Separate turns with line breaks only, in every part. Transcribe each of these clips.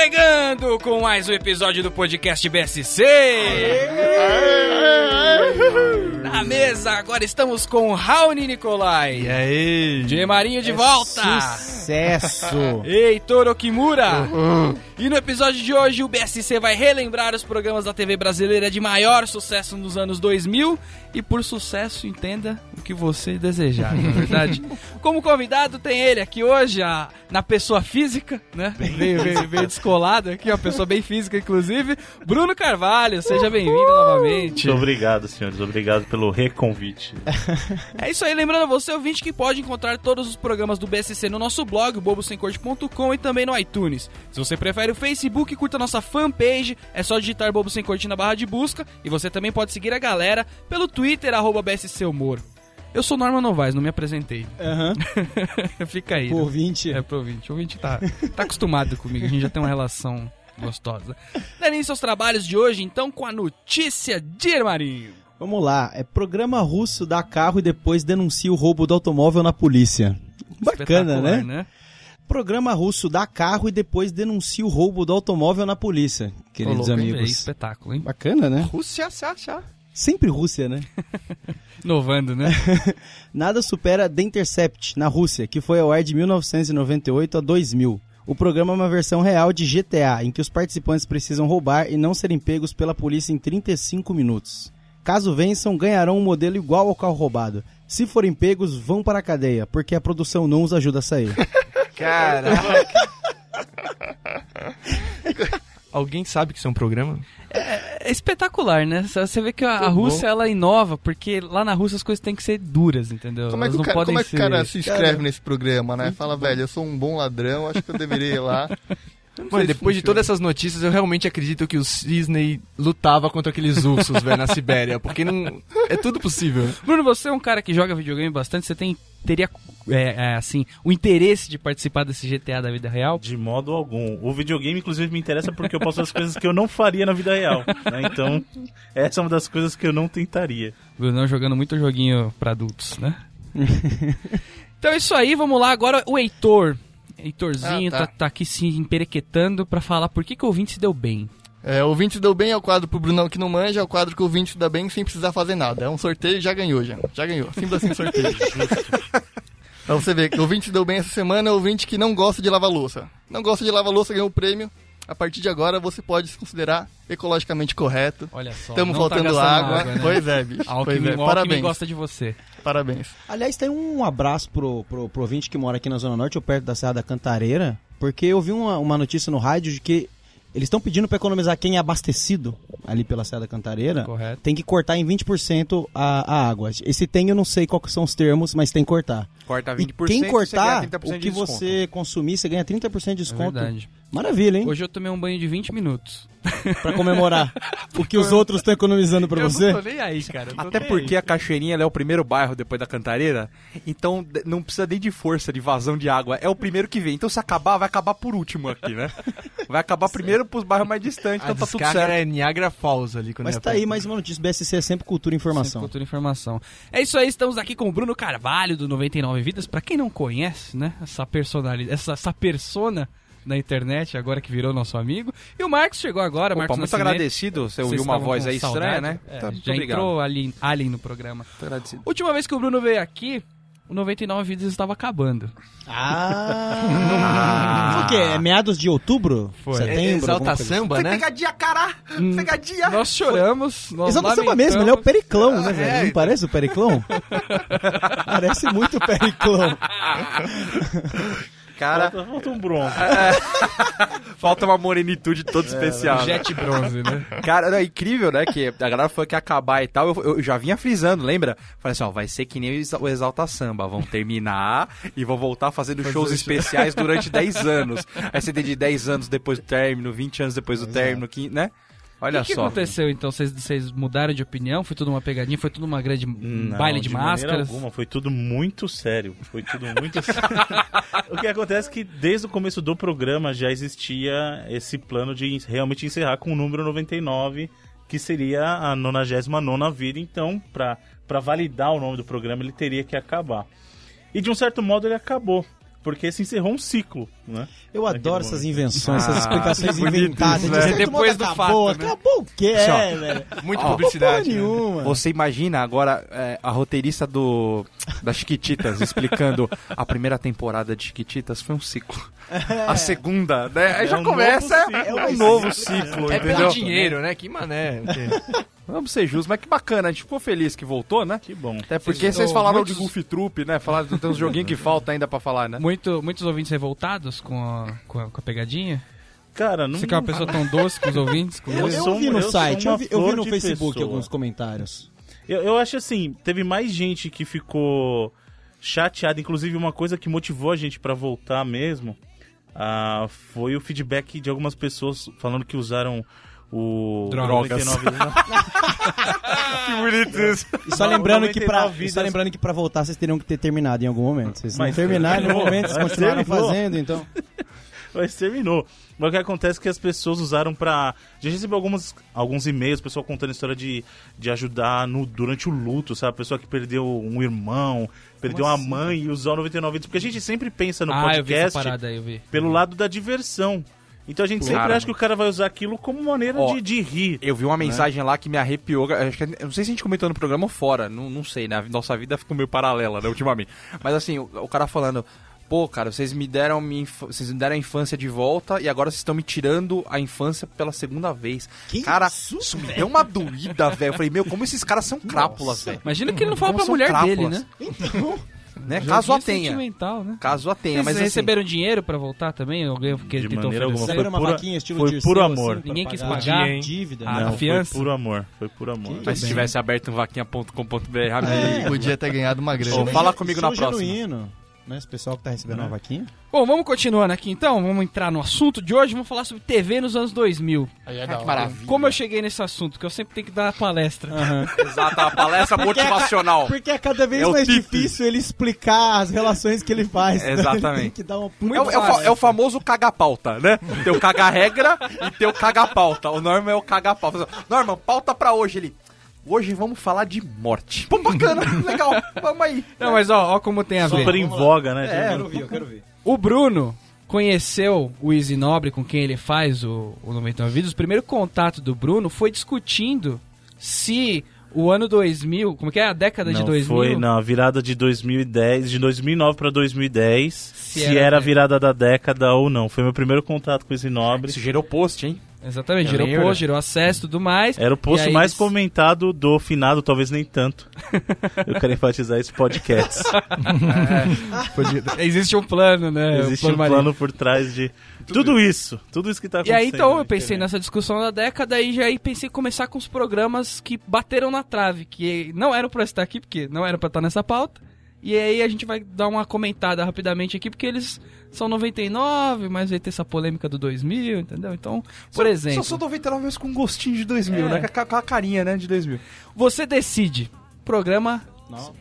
Chegando com mais um episódio do podcast BSC. Na mesa agora estamos com Raoni Nicolai. E aí? É De Marinho de volta.
Sucesso!
Heitor Okimura! E no episódio de hoje, o BSC vai relembrar os programas da TV brasileira de maior sucesso nos anos 2000 e por sucesso, entenda o que você desejar, na verdade. Como convidado, tem ele aqui hoje, a- na pessoa física, né? Veio, veio, veio descolado aqui, uma pessoa bem física, inclusive. Bruno Carvalho, seja bem-vindo novamente.
Muito obrigado, senhores. Obrigado pelo reconvite.
É isso aí, lembrando a você, ouvinte, que pode encontrar todos os programas do BSC no nosso blog, o bobosemcorte.com e também no iTunes. Se você prefere o Facebook, curta a nossa fanpage, é só digitar Bobo Sem Corte na barra de busca e você também pode seguir a galera pelo Twitter, arroba BSC Humor. Eu sou Norma Novaes, não me apresentei.
Aham,
Fica aí.
por 20.
É pro ouvinte. O ouvinte tá, tá acostumado comigo, a gente já tem uma relação gostosa. Dando início aos trabalhos de hoje, então, com a notícia de Irmarinho.
Vamos lá, é programa russo dá carro e depois denuncia o roubo do automóvel na polícia. Bacana,
Espetacular,
né? Programa russo dá carro e depois denuncia o roubo do automóvel na polícia, queridos
Ô, louco, hein, velho? é
amigos.
Espetáculo, hein?
Bacana, né?
Rússia, xa, xa.
Sempre Rússia, né?
Inovando, né?
Nada supera The Intercept, na Rússia, que foi ao ar de 1998 a 2000. O programa é uma versão real de GTA, em que os participantes precisam roubar e não serem pegos pela polícia em 35 minutos. Caso vençam, ganharão um modelo igual ao carro roubado. Se forem pegos, vão para a cadeia, porque a produção não os ajuda a sair.
Caraca. Alguém sabe que isso é um programa?
É espetacular, né? Você vê que a, a Rússia ela inova, porque lá na Rússia as coisas têm que ser duras, entendeu?
Como é
Elas
que, o
não
cara,
podem
como é que o
ser.
cara se inscreve nesse programa, né? Fala, velho, eu sou um bom ladrão, acho que eu deveria ir lá. Eu não sei
Mano,
se
depois
funciona.
de todas essas notícias, eu realmente acredito que o Cisney lutava contra aqueles ursos, velho, na Sibéria. Porque não. É tudo possível.
Bruno, você é um cara que joga videogame bastante, você tem teria é, é, assim o interesse de participar desse GTA da vida real?
De modo algum. O videogame, inclusive, me interessa porque eu posso fazer as coisas que eu não faria na vida real. né? Então, essa é uma das coisas que eu não tentaria.
Brunão jogando muito joguinho pra adultos, né? então é isso aí, vamos lá. Agora o Heitor. Heitorzinho
Ah,
tá.
tá.
tá aqui se emperequetando pra falar por que, que o ouvinte se deu bem.
É, o 20 deu bem é o quadro pro Brunão que não manja, é o quadro que o 20 dá bem sem precisar fazer nada. É um sorteio, já ganhou, já. Já ganhou. Simples assim, sorteio. pra você ver, que o 20 deu bem essa semana é o 20 que não gosta de lavar louça. Não gosta de lavar louça, ganhou o prêmio. A partir de agora você pode se considerar ecologicamente correto.
Olha só.
Estamos
não tá
faltando
gastando
água.
né?
Pois é, bicho.
A Alckmin,
pois é.
o Alckmin
Parabéns.
gosta de você.
Parabéns.
Aliás, tem um abraço pro, pro, pro ouvinte que mora aqui na Zona Norte, ou perto da Serra da Cantareira, porque eu vi uma, uma notícia no rádio de que eles estão pedindo para economizar quem é abastecido ali pela Serra da Cantareira.
Correto.
Tem que cortar em 20% a, a água. Esse tem eu não sei quais são os termos, mas tem que cortar.
Corta
E quem cortar,
você ganha 30%
o
de
que
desconto.
você consumir, você ganha 30% de
É
desconto.
verdade.
Maravilha, hein?
Hoje eu tomei um banho de 20 minutos.
Pra comemorar o que os outros estão economizando pra você.
Eu não tô nem aí, cara. eu não tô
Até
nem
porque
aí.
a Cachoeirinha ela é o primeiro bairro depois da Cantareira, então de- não precisa nem de força, de vazão de água. É o primeiro que vem. Então se acabar, vai acabar por último aqui, né? Vai acabar primeiro pros bairros mais distantes,
A
então tá tudo
descarga
certo.
é Niagara Falls ali. Quando
Mas
é
tá aí
perto.
mais uma notícia. BSC é sempre cultura e
Sempre
informação.
Cultura e informação. É isso aí, estamos aqui com o Bruno Carvalho do 99 Vidas. Pra quem não conhece, né, essa personalidade, essa, essa persona na internet, agora que virou nosso amigo. E o Marcos chegou agora,
Opa,
Marcos
muito
Nascimento.
agradecido. Você ouviu
Vocês
uma
estavam
voz
com
aí estranha,
saudade.
né?
É,
Tá, muito
já entrou alien, alien no programa.
agradecido.
Última vez que o Bruno veio aqui, o 99 Vidas estava acabando.
Ah! o quê? É meados de outubro?
Foi.
Setembro?
É
alguma
Exalta
coisa
samba, né?
Pegadinha, cará! Pegadinha!
Nós choramos, nós
Eles não samba mesmo, ele assim? é o
então.
Periclão, né, velho? Não parece o Periclão? parece muito o Periclão.
é Cara,
Falta, falta um bronco.
falta uma morenitude toda especial. né?
Jet bronze, né?
Cara, era incrível, né? Que a galera falou que ia acabar e tal. Eu, eu já vinha frisando, lembra? Falei assim, ó, vai ser que nem o Exa- o Exalta Samba. Vão terminar e vão voltar fazendo shows especiais durante 10 anos. Aí CD de 10 anos depois do término, 20 anos depois do término, 15, né? Olha
o que
só.
aconteceu então? Vocês- Vocês mudaram de opinião? Foi tudo uma pegadinha? Foi tudo uma grande
Não,
baile de,
maneira
máscaras?
Alguma. Foi tudo muito sério. Foi tudo muito sério. o que acontece é que desde o começo do programa já existia esse plano de realmente encerrar com o número 99, que seria a 99 vida. Então, pra, pra validar o nome do programa, ele teria que acabar. E de um certo modo ele acabou. porque se encerrou um ciclo, né?
Eu
Naquele
adoro essas
momento.
invenções, essas
Ah,
explicações
que bonito
inventadas.
isso,
De
né?
certo
Depois
modo,
do
acabou,
fato, né?
Acabou o quê, É,
Assim, ó.
velho?
Muito
Ó,
Porra
publicidade. né?
nenhuma.
Você imagina agora é, a roteirista do das Chiquititas explicando a primeira temporada de Chiquititas foi um ciclo. A segunda, né? Aí
É
já
um
começa
novo ciclo.
é um novo ciclo,
É
entendeu?
pelo dinheiro, né? Que mané.
Vamos ser justos, mas que bacana, a gente ficou feliz que voltou, né?
Que bom.
Até porque vocês falaram de Goof Troop, né? Falaram tem uns joguinhos que falta ainda pra falar, né?
Muito, muitos ouvintes revoltados com a, com a, com a pegadinha.
Cara, não.
Você que é uma pessoa tão doce com os ouvintes? Com
Hum. Eu
Eu,
isso?
sou
vi
um-
no
eu sou
site,
uma
eu vi, eu vi
flor
no
de
Facebook
pessoa.
alguns comentários.
Eu, eu acho assim, teve mais gente que ficou chateada, inclusive uma coisa que motivou a gente pra voltar mesmo, ah, foi o feedback de algumas pessoas falando que usaram o
Drogas.
99
Que bonito isso.
E só,
Não,
lembrando que pra,
99 vidas-
só lembrando que pra voltar vocês teriam que ter terminado em algum momento. Vocês não
Mas-
terminaram no momento, vocês
Mas
continuaram
terminou.
fazendo, então.
Mas terminou. Mas o que acontece é que as pessoas usaram pra. Já recebeu algumas, alguns e-mails, pessoal contando a história de, de ajudar no, durante o luto, sabe? Pessoa que perdeu um irmão, perdeu a mãe e usou o 99 vidas. Porque a gente sempre pensa no
Ah, eu vi essa
podcast
parada aí, eu vi.
pelo lado da diversão. Então a gente sempre
Cara.
acha que o cara vai usar aquilo como maneira
Ó,
de, de rir.
Eu vi
Né?
uma mensagem lá que me arrepiou. Acho que, eu não sei se a gente comentou no programa ou fora, não, não sei, né? Nossa vida ficou meio paralela, né, ultimamente. Mas assim, o, o cara falando. Pô, cara, vocês me deram minha inf- vocês me deram a infância de volta e agora vocês estão me tirando a infância pela segunda vez.
Que
cara,
isso,
isso me deu uma doída, velho. Eu falei, meu, como esses caras são crápulas, velho.
Imagina que ele não fala
Como
pra
são
mulher dele,
crápulas.
né?
Então?
né? assim. Caso a
Joguinho
tenha.
sentimental, né?
Caso a tenha,
Vocês
mas assim,
receberam dinheiro pra voltar também? Alguém que
De
tentou
maneira alguma.
oferecer?
Foi
Saíram uma
pura-
vaquinha, estilo
foi
Dirceu,
puro
assim,
amor.
pra
Ninguém quis
pagar,
pagar.
hein?
Dívida. né?
Ah,
Não,
a fiança?
Foi por amor, foi por amor.
Mas se tivesse aberto um vaquinha.com.br, amigo.
Podia ter ganhado uma grana. né?
Ô, fala comigo na
Estilo
próxima.
É, genuíno. Né, esse pessoal que tá recebendo uma vaquinha.
Bom, vamos continuando aqui então. Vamos entrar no assunto de hoje. Vamos falar sobre TV nos anos 2000.
Aí é da hora.
Como eu cheguei nesse assunto? Que eu sempre tenho que dar uma palestra.
Ah.
Exato, a palestra motivacional.
Porque é cada vez
É o
mais
Tiff.
difícil ele explicar as relações que ele faz.
É, exatamente.
Ele tem que dar uma
É o, é o fa- é o famoso caga-pauta, né? Tem o caga-regra e tem o caga-pauta. O Norman é o caga-pauta. Norman, pauta pra hoje. Ele, hoje vamos falar de morte. Pô, bacana, legal, vamos aí.
Não, mas ó, ó como tem a ver.
Super em voga,
É,
né? gente?
ver, eu quero ver.
O Bruno conheceu o Easy Nobre, com quem ele faz o, o 99 Vídeos. O primeiro contato do Bruno foi discutindo se o ano 2000, como que é? A década de
Não,
2000?
Foi na virada de 2010, de 2009 pra 2010, se,
era
era,
a
a virada da década ou não. Foi meu primeiro contato com esse nobre.
Isso gerou post, hein?
Exatamente,
Eu
gerou
lembro.
post, gerou acesso e tudo mais.
Era o
E
post
aí
mais
eles-
comentado do finado, talvez nem tanto. Eu quero enfatizar esse podcast.
Existe um plano, né?
Existe
O
um
maligno.
plano por trás de tudo isso, tudo isso que tá
E
acontecendo.
aí então eu
né,
na
pensei
internet.
nessa discussão da década e já aí pensei em começar com os programas que bateram na trave, que não eram pra estar aqui, porque não eram pra estar nessa pauta. E aí a gente vai dar uma comentada rapidamente aqui, porque eles são 99, mas vai ter essa polêmica do 2000, entendeu? Então, por exemplo,
Só sou 99 mas com um gostinho de 2000,
É.
né? Com aquela carinha, né, de 2000.
você decide. Programa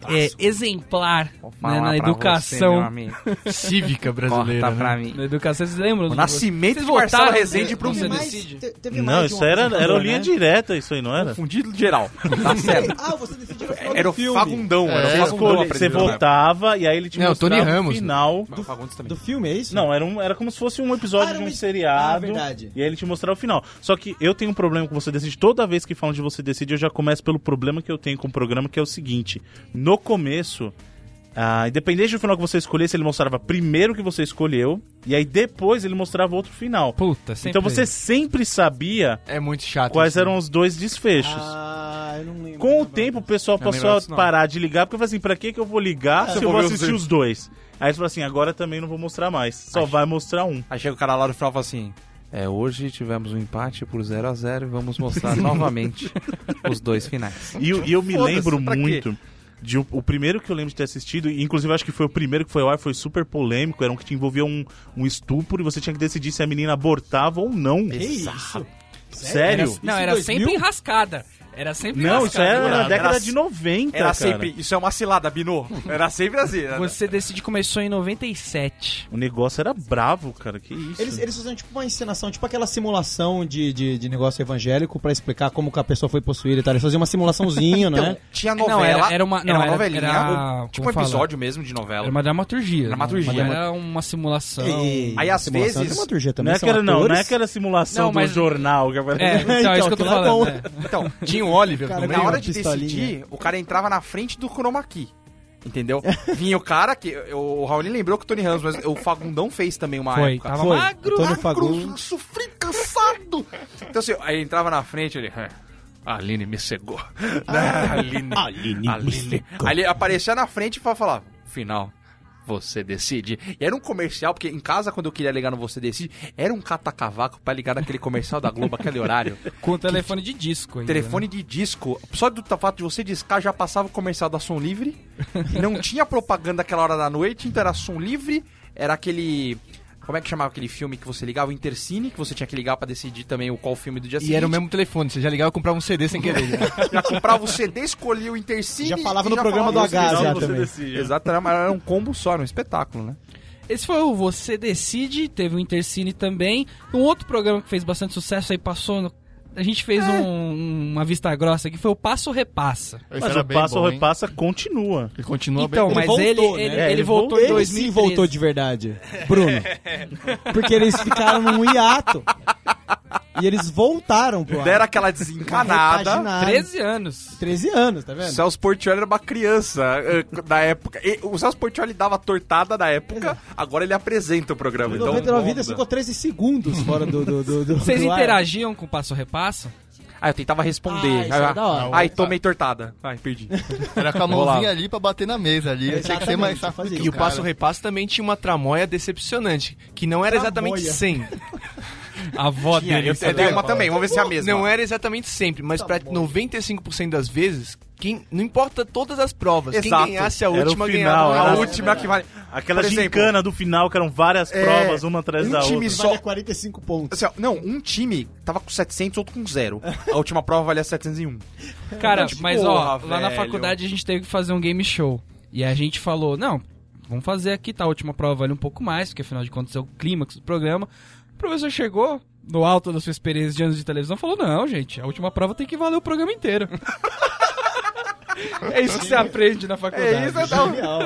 é, exemplar
tá, Vou
né,
falar
na
pra você, meu
educação.
amigo.
Cívica brasileira.
É. Corta
né?
pra mim.
na educação, vocês lembram?
O
do-
nascimento
Vocês
de Marcelo
votaram? né?
Rezende um pro
Você
mundo.
decide.
Não, isso
um
era, era
né?
linha direta, isso aí, não era?
Fundido geral. Tá certo.
Ah, você decidiu
Era o Fagundão, era o
É,
Você,
Fagundão
escolhe- você
apresentando.
votava e aí ele te
Não,
mostrava
Tony Ramos, né?
o final.
O Fagundes também.
Do filme, é isso?
Não, era, um, era como se fosse um
Ah,
episódio
era
de um
um- Ah,
é
seriado.
verdade.
E aí ele te mostrar o final. Só que eu tenho um problema com você decide. Toda vez que falam de você decide, eu já começo pelo problema que eu tenho com o programa, que é o seguinte: no começo. Ah, independente do final que você escolhesse, ele mostrava primeiro o que você escolheu, e aí depois ele mostrava outro final.
Puta, sempre.
então você sempre sabia
É muito chato.
quais
isso.
eram os dois desfechos.
Ah, eu não lembro.
tá
Com o tempo, o pessoal passou
lembrava
a
disso, É não. Ah,
parar de ligar, porque eu falei assim, pra que que eu vou ligar se eu
vou
vou
ver os
assistir
dois.
os dois? Aí eles falaram assim, agora também não vou mostrar mais, só vai mostrar um.
Aí chega o cara lá no final e fala assim: É, hoje tivemos um empate por 0 a 0 e vamos mostrar novamente os dois finais.
E, eu- e eu me
Foda-se,
lembro
pra quê?
muito de um- o primeiro que eu lembro de ter assistido, e inclusive acho que foi o primeiro que foi ao ar, foi super polêmico, era um que te envolvia um, um estupro e você tinha que decidir se a menina abortava ou não.
Que isso?
Sério?
Não,
Isso em
era
2000?
sempre enrascada. Era sempre
Não,
é
isso
lascado,
era na
né?
década
Era-
de 90,
Era
cara.
sempre. Isso é uma cilada, Binô. Era sempre assim. era-
Você decide começou em 97.
O negócio era bravo, cara. Que isso.
Eles, eles fizeram tipo uma encenação, tipo aquela simulação de, de, de negócio evangélico pra explicar como que a pessoa foi possuída e tal. Eles faziam uma simulaçãozinha,
Então,
né?
tinha
Não,
novela.
era- era uma- não, era-
novelinha.
era-
ou- tipo um
como fala?
episódio mesmo de novela.
Era uma dramaturgia.
Dramaturgia.
Não, Era uma simulação.
E-
Aí, às
simulação
vezes-
é dramaturgia também,
Então, Não é,
são
aquela, não, não é
atores.
aquela simulação
Não, mas-
do jornal. Que...
É, então, é isso que eu tô
aquilo é bom.
falando. é.
Então,
Tinha o Oliver
Cara,
no meio.
na hora
uma
de
pistolinha.
decidir, o cara entrava na frente do chroma key. Entendeu? Vinha o cara que. O Raoni lembrou que o Tony Ramos, mas o Fagundão fez também uma
Foi,
época.
tava
Foi,
magro.
Antônio
Magro,
Fagundes.
sofri cansado. Então assim, aí entrava na frente ele. "Ah, A Aline me cegou. Ah, Aline, Aline, Aí ele aparecia na frente pra falar: final. Você decide. E era um comercial, porque em casa, quando eu queria ligar no Você Decide, era um catacavaco pra ligar naquele comercial da Globo, aquele horário.
Com o telefone de disco. ainda, né?
Telefone de disco. Só do fato de você discar já passava o comercial da Som Livre. Não tinha propaganda aquela hora da noite, então era Som Livre, era aquele. Como é que chamava aquele filme que você ligava? O Intercine, que você tinha que ligar pra decidir também o qual filme do dia
E
seguinte.
era o mesmo telefone, você já ligava e comprava um CD sem querer.
Já comprava o CD, escolhia o Intercine.
Já falava
e
no programa do né?
falava
H
o
já
Intercine.
também.
Exato, era, era um combo só, era um espetáculo, né?
Esse foi o Você Decide, teve o Intercine também. Um outro programa que fez bastante sucesso aí passou. no- A gente fez
É.
um- uma vista grossa aqui, foi o Passo Repassa.
Esse
Mas
era
o
bem
passo
bom, hein?
repassa continua.
Ele continua
então,
bem
mas
voltou,
ele,
né?
ele,
É,
ele
ele
voltou em
Ele sim
2013.
voltou de verdade, Bruno. Porque eles ficaram num hiato. E eles voltaram pro ar.
Era aquela desencanada.
Repaginaram.
13 anos.
13 anos, tá vendo?
Celso Portioli era uma criança eh, da época. E o Celso Portioli dava tortada na época, agora ele apresenta o programa.
É. Em
Então,
99
bomba.
vidas ficou 13 segundos fora do. do, do, do
Vocês
do ar.
interagiam com o Passo Repassa?
Ah, eu tentava
Ah,
responder.
isso
Aí,
é da hora.
Ai, tomei tortada. Ai, perdi.
Era com a mãozinha ali pra bater na mesa ali. Tinha que ser
Exatamente,
mais
eu
rápido
fazia
que
E o
isso,
cara.
passo repasso também tinha uma tramóia decepcionante, que não era exatamente
Tramóia.
100.
A avó
Tinha,
dele.
eu eu dei uma
lembra?
também, vamos ver se é a mesma.
Não era exatamente sempre, mas pra 95% das vezes, quem não importa todas as provas,
Exato.
quem ganhasse a
Era o
última
final,
ganhava.
era
a
Não,
última que vale.
Aquela
Por exemplo,
gincana do final, que eram várias
É,
provas, uma atrás
um
da
time
outra.
só-
Vale a 45 pontos.
assim, ó, não, um time tava com 700, outro com zero. A última prova valia 701.
Cara,
Tipo,
mas ó,
porra,
lá na
velho.
faculdade a gente teve que fazer um game show. E a gente falou, não, vamos fazer aqui, tá? A última prova vale um pouco mais, porque afinal de contas é o clímax do programa. O professor chegou, no alto da sua experiência de anos de televisão, falou, não, gente, a última prova tem que valer o programa inteiro. é isso que você aprende na faculdade.
É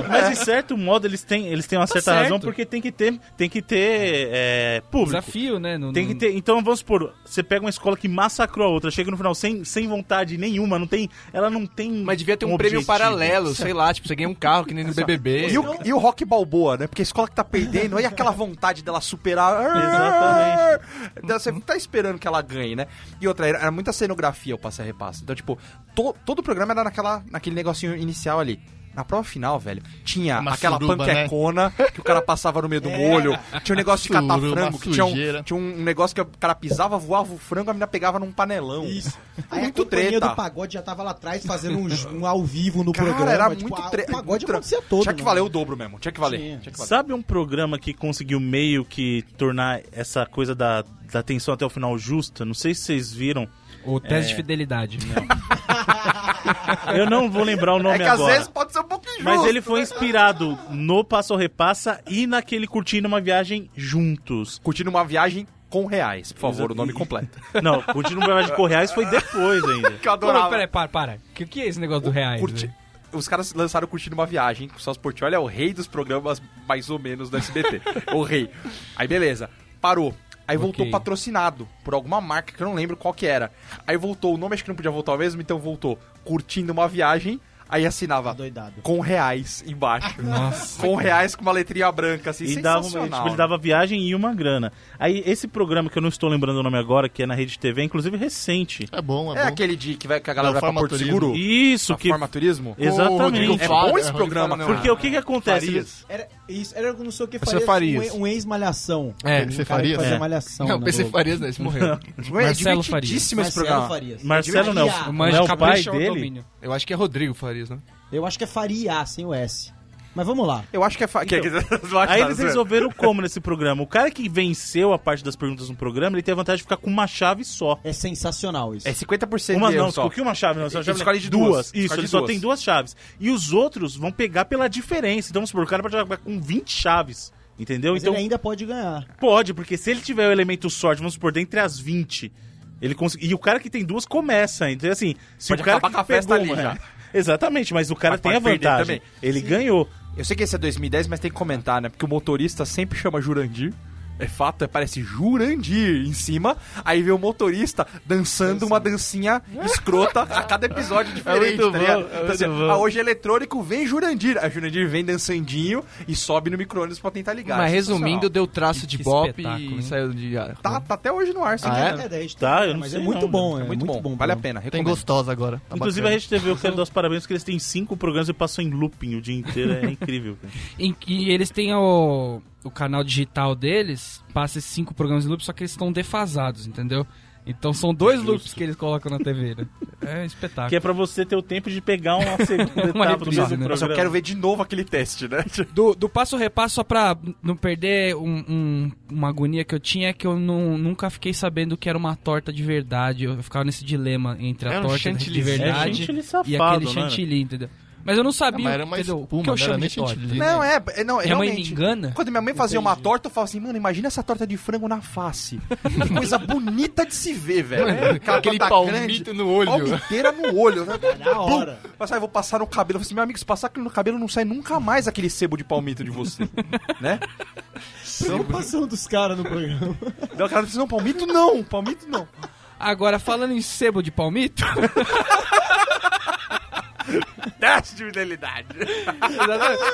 Mas de certo modo eles têm, eles têm uma certa
certo.
razão, porque tem que ter, tem que ter é, público.
Desafio, né? Não-
Tem que ter. Então vamos supor, você pega uma escola que massacrou a outra, chega no final sem, sem vontade nenhuma, não tem. Ela não tem.
Mas devia ter um,
objetivo.
prêmio paralelo, sei lá, tipo, você ganha um carro que nem no BBB.
E
Então-
o, e o Rock Balboa, né? Porque a escola que tá perdendo, aí aquela vontade dela superar.
Exatamente.
Então, Você tá esperando que ela ganhe, né? E outra, era, era muita cenografia o passe a repasse. Então, tipo, to- todo o programa era naquela, naquele negocinho inicial ali. Na prova final, velho, tinha
Uma
aquela
suruba,
né?
panquecona que o cara passava no meio do
É.
molho. Tinha um negócio de catar
Suruba,
frango, que tinha um,
sujeira.
tinha um negócio que o cara pisava, voava o frango, a menina pegava num panelão.
Isso. Aí
Muito
a companhia
treta.
do pagode já tava lá atrás fazendo um, j- um ao vivo no
Cara,
programa.
era
tipo,
muito
a-
tre-
O pagode
tra-
acontecia todo. né?
Tinha que
mano.
valer o dobro mesmo, tinha que valer.
Tinha.
Tinha que valer.
Sabe um programa que conseguiu meio que tornar essa coisa da, da atenção até o final justa? Não sei se vocês viram.
O
É.
teste de fidelidade.
Eu não vou lembrar o nome
É que
agora.
às vezes pode ser um pouco injusto.
Mas ele foi inspirado no Passo Repassa e naquele Curtindo uma Viagem Juntos.
Curtindo uma viagem com reais, por favor, o nome completo.
Não, Curtindo uma Viagem com Reais foi depois ainda.
Que eu
Peraí,
adorava.
peraí, para, para. O que, que é esse negócio do reais?
Curti-
velho?
Os caras lançaram Curtindo uma Viagem, com o Celso Portiolli é o rei dos programas mais ou menos do SBT. o rei. Aí beleza, parou. Aí voltou
Ok.
patrocinado por alguma marca que eu não lembro qual que era. Aí voltou, o nome acho que não podia voltar mesmo, então voltou Curtindo uma Viagem, aí assinava
Doidado.
com reais embaixo.
Nossa.
com reais com uma letrinha branca, assim,
E dava,
sensacional.
uma- tipo, ele dava viagem e uma grana. Aí esse programa que eu não estou lembrando o nome agora, que é na Rede TV, é inclusive recente.
É bom, é,
É
bom.
aquele dia que, vai, que a galera
Da
vai pra
forma
Porto
turismo.
Seguro?
Isso,
Da
que.
forma turismo?
Rodrigo
Exatamente.
É bom
Fábio, é
esse
Rodrigo
programa,
Fábio,
cara.
Porque o que que acontece?
Farias.
Era isso, era não sei o que
Você
faria.
faria.
Um, um ex-malhação.
É,
um cara
você
que
faria?
fazia
É.
malhação.
Não,
na
PC
Globo.
né,
Farias não, esse morreu.
Marcelo
é divertidíssimo esse
Marcelo
programa.
Farias.
Marcelo não,
Faria.
não
Manjo
é o pai
capricha o
dele?
domínio.
Eu acho que é Rodrigo Farias, né?
Eu acho que é Faria, sem o S. Mas vamos lá.
Eu acho que é. Fa... que- eu acho
Então,
que tá
Aí eles
zoando.
resolveram como nesse programa? O cara que venceu a parte das perguntas no programa, ele tem a vantagem de ficar com uma chave só.
É sensacional isso.
É 50%
Uma
de erro
não,
só.
só. que uma chave, não, só
Ele
chave é
escolhe de
duas.
duas.
Isso,
Escolhe
ele
de
só
duas.
tem duas chaves. E os outros vão pegar pela diferença. Então, vamos supor, o cara pode jogar com 20 chaves. Entendeu?
Mas
então
ele é ainda pode ganhar.
pode, porque se ele tiver o elemento sorte, vamos supor, dentre as 20, ele consegue. E o cara que tem duas começa. Então, assim, se
Pode
o cara
acabar
que
com a festa
pegou
ali
uma-
já.
Exatamente, mas o cara
Mas
tem a
pode perder
vantagem.
também.
Ele ganhou.
Tá
Eu sei que esse é 2010, mas tem que comentar, né? Porque o motorista sempre chama Jurandir. É fato, é, parece Jurandir em cima. Aí vê o motorista dançando uma dancinha escrota a cada episódio diferente,
muito
tá ligado?
bom, é
Então,
muito
assim,
bom.
ah, hoje é eletrônico, vem Jurandir. A Jurandir vem dançandinho e sobe no micro-ondas pra tentar ligar.
Mas
É
resumindo,
sensacional.
deu traço de
Que
bop
espetáculo, hein?
e saiu de.
Tá, tá até hoje no ar, se engano.
É, daí a gente
Tá,
tem-
eu não
Mas
sei
é muito
não,
bom,
É
é
muito, bom, vale a pena.
Tem
Recomendo.
gostosa agora. tá
Inclusive, a
bacana.
Rede TV, eu quero dar os parabéns, porque eles têm cinco programas e passam em looping o dia inteiro. É incrível. cara.
Em que eles têm o, o canal digital deles, passa esses cinco programas de loop, só que eles estão defasados, entendeu? Então são dois loops que eles colocam na TV, né? É um
Ah.
espetáculo.
que é pra você ter o tempo de pegar uma segunda
Uma
etapa do
reprise,
mesmo
Nossa,
né?
programa.
eu quero ver de novo aquele teste, né?
Do, do passo repasso, só pra não perder um- um- uma agonia que eu tinha, é que eu nu- nunca fiquei sabendo o que era uma torta de verdade. Eu ficava nesse dilema entre a
Era um
torta de
chantillyzinho.
É
verdade
chantilly
e
safado,
aquele
né?
chantilly, entendeu? Mas eu não sabia
mas era uma
entendeu, o
espuma,
que eu
não era
chamo
nem
de torta.
chantilly.
Não, é, é não,
Minha mãe
realmente.
me engana?
Quando minha mãe fazia uma torta, eu falava assim, mano, imagina essa torta de frango na face. Que coisa bonita de se ver, velho. Aquela
Aquele
torta
palmito
grande,
no olho.
Palmiteira no olho.
Na hora.
Mas aí eu vou passar no cabelo. Eu falei assim, meu amigo, se passar aquilo no cabelo, não sai nunca mais aquele sebo de palmito de você. né?
Preocupação um dos caras no programa.
Daí o cara disse, não, palmito não, palmito não.
Agora, falando em sebo de palmito,
Teste de fidelidade.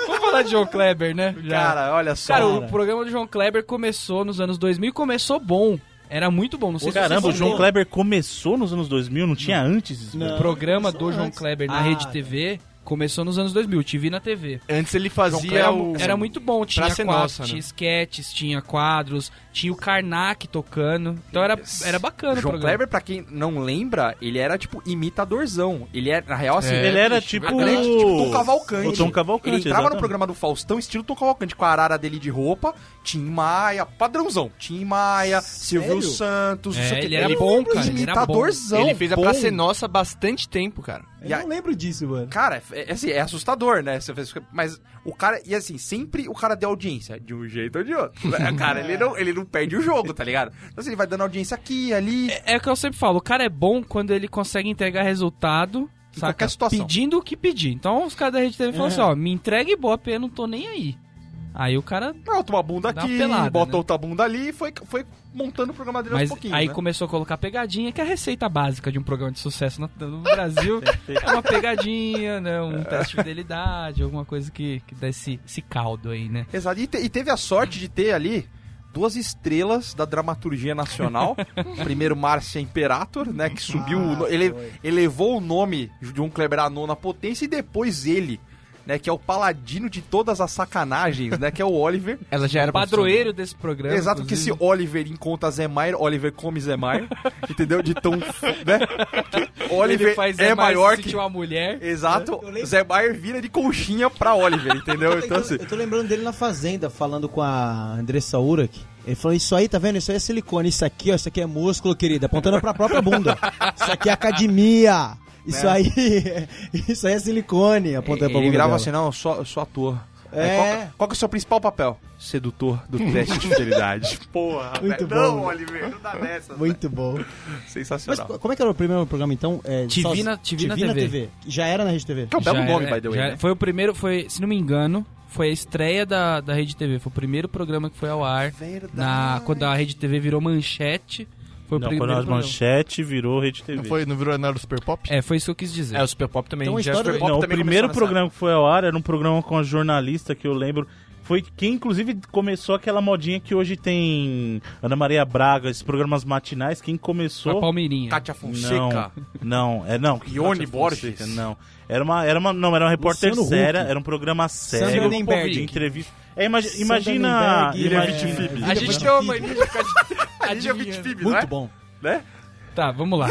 vamos falar de João Kleber, né? Já.
Cara, olha só.
Cara, o programa do João Kleber começou nos anos 2000 e começou bom. Era muito bom, não sei se vocês
Caramba, o João
lembram.
Kleber começou nos anos 2000, não tinha antes?
O programa
Começou
do João
antes.
Kleber na
Ah,
Rede TV começou nos anos 2000, TV na TV.
Antes ele fazia
João
é o.
Era muito bom, tinha
Praça é
quadros,
Nossa, né?
tinha sketches, tinha quadros, tinha o Karnak tocando. Então era, era bacana o
João
programa.
Kleber, pra quem não lembra, ele era tipo imitadorzão. Ele era, na real,
É.
assim.
Ele era tipo...
A grande, tipo Tom Cavalcante.
O Tom um Cavalcante,
Ele entrava no
exatamente.
programa do Faustão, estilo Tom Cavalcante, com a arara dele de roupa, Tim Maia, padrãozão. Tim Maia, Silvio Santos,
É,
não sei o quê.
ele era bom, cara, ele era bom.
Imitadorzão.
Ele fez a
bom.
Pra Ser Nossa há bastante tempo, cara.
Eu não lembro disso, mano.
Cara, é, é assim, é assustador, né? Você fez- Mas o cara, e assim, sempre o cara deu audiência, de um jeito ou de outro. Cara,
É.
ele não, ele não perde o jogo, tá ligado? Então assim, ele vai dando audiência aqui, ali.
É o que eu sempre falo, o cara é bom quando ele consegue entregar resultado.
Em
saca?
qualquer situação.
Pedindo o que pedir. Então os caras da Rede TV falaram
É.
assim, ó, me entregue Ibope, eu não tô nem aí. Aí o cara
Bota uma bunda
Dá
aqui,
uma pelada,
bota
né?
outra bunda ali e foi, foi montando o programa dele aos
Mas
pouquinhos.
aí
né?
começou a colocar pegadinha, que é a receita básica de um programa de sucesso no, no Brasil. é uma pegadinha, né? Um teste de fidelidade, alguma coisa que, que dá esse, esse caldo aí, né?
Exato. E, te- e teve a sorte de ter ali duas estrelas da dramaturgia nacional. Primeiro, Márcia Imperator, né? Que subiu. o no-
Ah,
ele elevou o nome de um Kleber à nona potência e depois ele. Né, que é o paladino de todas as sacanagens, né? Que é o Oliver.
Ela já era
Padroeiro desse programa.
é Exato, porque se
inclusive.
Oliver encontra Zé Maier, Oliver come Zé Maier. entendeu? De tão. Né? Que Oliver
ele faz
é
Zé Maia
maior
se
que.
sentir uma mulher.
Exato,
Eu lembro-
Zé Maier vira de conchinha pra Oliver, entendeu? Então,
Eu tô,
assim.
eu tô lembrando dele na Fazenda, falando com a Andressa Urach. Ele falou, isso aí, tá vendo? Isso aí é silicone, isso aqui, ó, isso aqui é músculo, querida, apontando pra própria bunda. Isso aqui é academia. Isso aí, isso aí é silicone, apontando pra bunda
É. Ele virava
dela.
assim, não, eu sou, eu sou ator.
É.
Aí, Qual, que- qual que é o seu principal papel? Sedutor do teste de fidelidade. Porra,
Muito
velho. Não,
bom, né?
Oliver, não dá dessa.
Muito bom. Mas
Sensacional.
como é que era o primeiro programa, então? É,
TV na- TV na TV.
Já era na Rede TV.
Que
Então,
é um belo
Já
nome,
era-
by the way.
já
né?
era- Foi o primeiro, foi, se não me engano, foi a estreia da, da Rede TV. Foi o primeiro programa que foi ao ar. Na, quando a Rede TV virou manchete. Foi o
Não,
primeiro
quando as
programa.
manchete virou Rede TV.
Não foi no virou nada do Super Pop?
É, foi isso que eu quis dizer.
É, o Super Pop também.
Então, a
já
história
foi-
do-
Não, o
também começou
primeiro
nessa
programa que foi ao ar era um programa com a jornalista que eu lembro. Foi quem, inclusive, começou aquela modinha que hoje tem Ana Maria Braga, esses programas matinais. Quem
a
começou.
Palmeirinha.
Tá,
Cátia Fonseca.
Não, não, é não.
Ione
Cátia
Borges.
Fonseca, Não. Era uma, era uma, não, era uma repórter
Luciano
séria,
Huck.
era um programa
Sandra
sério,
Nemberg.
de entrevista. É, imagi- imagina,
Sandra
imagina,
Nemberg, é,
A gente tem uma mania de ficar de-
Ali é Vitfib, não é?
Muito bom.
Né?
Tá, vamos lá.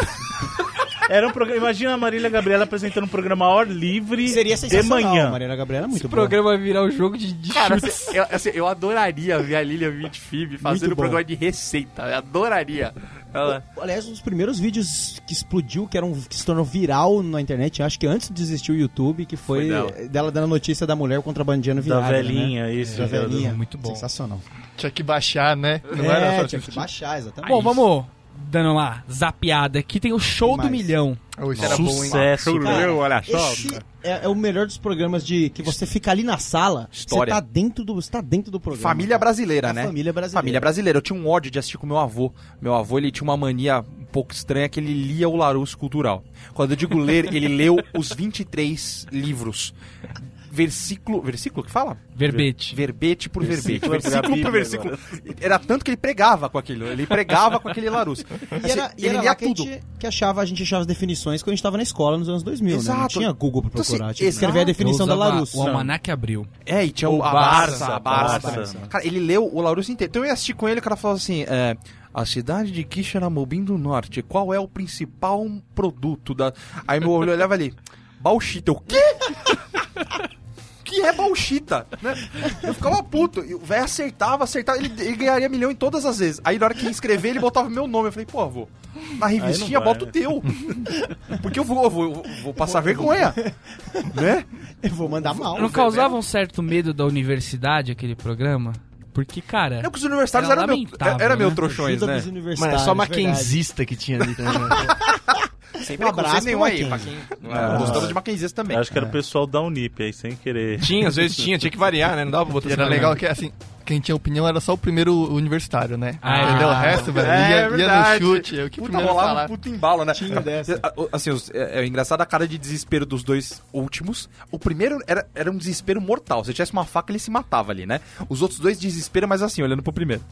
Era um programa. Imagina a Marília Gabriela apresentando um programa ao ar livre
Seria
de
sensacional.
manhã.
Mariana Gabriela é muito
O
boa.
programa vai virar um jogo de, de
Cara,
chutes.
assim, eu, assim, eu adoraria ver a Lilian Vitfib fazendo
Muito
um
bom.
programa de receita. Eu adoraria. Ela...
Aliás, um dos primeiros vídeos que explodiu, que, era um- que se tornou viral na internet, acho que antes de existir o YouTube, que
Foi
foi,
dela.
dela. dando notícia da mulher contrabandeando
Da
virada. né?
velhinha, isso.
Da velhinha.
Muito bom.
Sensacional.
Tinha que baixar, né? Não
é,
era só
tinha que
assistir.
baixar, exatamente.
Bom, vamos dando uma zapiada aqui. Tem o show
Que
do
mais?
milhão.
Oh, isso era bom, hein?
Sucesso, cara.
Cara,
olha
Esse é, é o melhor dos programas de que você fica ali na sala,
História.
você tá dentro do, você tá dentro do programa.
Família
cara.
brasileira,
É
né?
Família brasileira.
Família brasileira. Eu tinha um ódio de assistir com meu avô. Meu avô, ele tinha uma mania um pouco estranha que ele lia o Larousse Cultural. Quando eu digo ler, ele leu os 23 livros. Versículo... Versículo que fala?
Verbete.
Verbete por verbete.
Versículo
Versículo
da
por
Bíblia
versículo. Era tanto que ele pregava com aquilo. Ele pregava com aquele Larousse.
E era,
Assim,
e era lá que, a gente, que achava, a gente achava as definições quando a gente tava na escola nos anos 2000, né? Não
Exato.
tinha Google pra
Então, assim,
procurar. tinha que escrever a
exato.
definição da
Eu usava
Larousse.
O almanac abriu.
É, e tinha o,
O
a Barça,
Barça,
a Barça.
Barça.
Cara, ele leu o Laurus inteiro. Então eu ia assistir com ele, o cara falava assim, é, a cidade de Quixeramobim do Norte, qual é o principal produto da... Aí meu olho olhava ali, bauxita. O quê? que é bauxita, né? Eu ficava puto. E o velho acertava, acertava. Ele, ele ganharia milhão em todas as vezes. Aí na hora que ia escrever, ele botava meu nome. Eu falei, pô, avô, na revistinha
vai,
bota o
né?
teu. Porque eu vou, eu vou, eu vou- vou passar vergonha. né?
Eu vou mandar mal.
Não causava um certo medo da universidade aquele programa? Porque, cara.
É, Não, porque os universitários
Era
eram meu,
lamentável,
era meu
né?
trouxões,
Ajuda
né?
dos
Mano, é
universitários.
só
verdade.
Mackenzista que tinha ali também. né?
Sem
Um abraço
preconceito nenhum
pro
aí, pra quem. Ah, Gostamos de Mackenzies também.
Acho que era o pessoal da Unip aí, sem querer.
tinha, às vezes tinha, tinha que variar, né? Não dava pra botar
E era
só na
legal
mesma.
que, assim, quem tinha opinião era só o primeiro universitário, né?
Ah, é
Entendeu? O
verdade.
resto, velho,
É
ia- ia,
verdade.
no chute. Eu que
Puta,
primeiro
rolava um
falar.
puto embalo, né?
Tinha dessa.
Ah, o- Assim, os- é, é engraçado a cara de desespero dos dois últimos. O primeiro era, era um desespero mortal. Se tivesse uma faca, ele se matava ali, né? Os outros dois desespero, mas assim, olhando pro primeiro.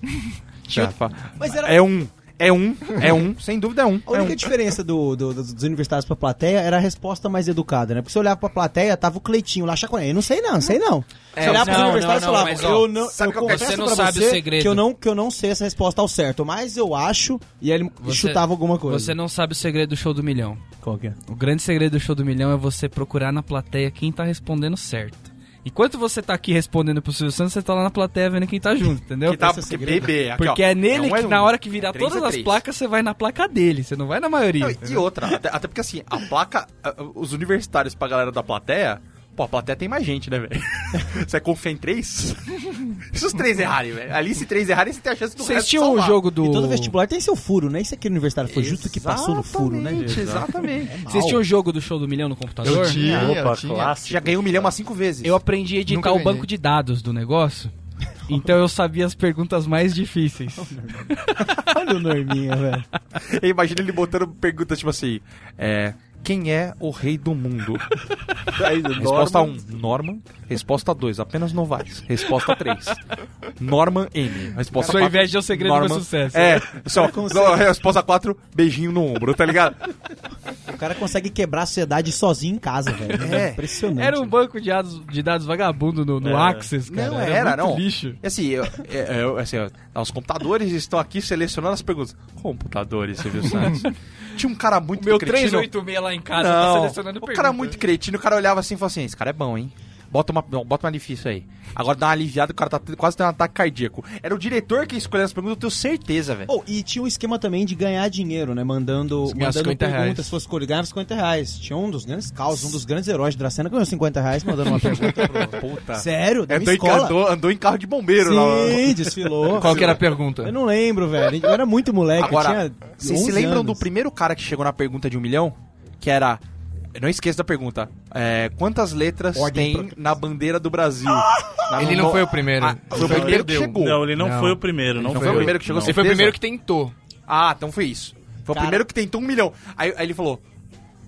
Tinha-
Mas era-
É um, é um, é um, sem dúvida é um. é
A única
um.
diferença do- do- dos universitários pra plateia era a resposta mais educada, né? Porque se eu olhava pra plateia, tava o Cleitinho lá chacoalhando. Eu não sei não, sei não. Se
É,
eu olhava pros
não,
universitários e
não, não,
falava,
mas, ó,
eu não,
sabe
eu
que eu quero-
confesso
você não
pra
sabe o
você
segredo.
que eu não, que eu não sei essa resposta ao certo, mas eu acho, e aí ele
Você-
chutava alguma coisa.
Você não sabe o segredo do show do milhão.
Qual que é?
O grande segredo do show do milhão é você procurar na plateia quem tá respondendo certo. Enquanto você tá aqui respondendo pro Silvio Santos, você tá lá na plateia vendo quem tá junto, entendeu?
Que tá
esse
porque
segredo.
bebê. aqui,
Porque
ó.
é nele
Não
que
um,
na hora que virar
três
todas
é
as
três.
placas, você vai na placa dele, você não vai na maioria.
Não, e- e outra, até, até porque assim, a placa, a- os universitários pra galera da plateia, pô, a plateia tem mais gente, né, velho? Você confia em três? E se os três errarem, velho? Ali, se três errarem, você tem a chance do
Vocês
resto
tinham o
salvar.
jogo do.
E todo vestibular tem seu furo, né? Isso aqui no universitário foi justo que passou no furo, né?
Exatamente, Exatamente.
Vocês tinham o jogo do show do milhão no computador?
Eu tinha, eu
Opa,
tinha.
clássico.
Já ganhei um milhão umas cinco vezes.
Eu aprendi a editar
Nunca
o
ganhei.
banco de dados do negócio. Então eu sabia as perguntas mais difíceis.
Olha o Norminha, velho.
Eu imagino ele botando perguntas tipo assim: é, Quem é o rei do mundo? Resposta 1, Norman. Resposta 2, apenas Novaes. Resposta 3, Norman N. Resposta
Sua
4,
inveja é o segredo do meu sucesso.
É, só, não, resposta 4, beijinho no ombro, tá ligado?
O cara consegue quebrar a sociedade sozinho em casa, velho.
É.
É impressionante.
Era um banco de dados, de dados vagabundo no, no
É.
Access, cara.
Não era,
muito
não.
lixo.
E assim, eu, é- é- eu- assim, ó, os computadores estão aqui selecionando as perguntas. Computadores, Silvio Santos. Tinha um cara muito
O meu
cretino.
386 lá em
Ah,
casa tá
Não,
selecionando
o cara é
né?
muito cretino, o cara olhava assim e falava assim, esse cara é bom, hein? Bota uma, não, bota uma difícil aí. Agora dá uma aliviada, o cara tá tendo- quase tendo um ataque cardíaco. Era o diretor que escolheu as perguntas, eu tenho certeza, velho.
Oh, e tinha um esquema também de ganhar dinheiro, né? Mandando,
ganhava
mandando
50
perguntas,
reais.
se fosse escolher, ganhava 50 reais. Tinha um dos grandes causos, um dos grandes heróis de Dracena ganhou 50 reais mandando uma pergunta pro...
Puta.
Sério? Da
É,
minha
andou, em,
escola?
andou, andou em carro de bombeiro lá.
Sim, desfilou.
Qual que era a
Eu
pergunta?
não lembro, velho. Eu era muito moleque,
Agora,
eu tinha
vocês
11
se lembram
anos.
do primeiro cara que chegou na pergunta de um milhão? Que era. eu Não esqueça da pergunta. é, quantas letras tem na bandeira do Brasil? Na-
Ele não foi o primeiro.
Ah, foi o primeiro que
Perdeu.
chegou.
Não, ele não,
Não.
foi o primeiro. Não,
Não foi o primeiro que chegou,
Não.
Ele foi o
certeza?
primeiro que tentou.
Ah, então foi isso. Foi o
Cara-
primeiro que tentou um milhão. Aí, aí ele falou: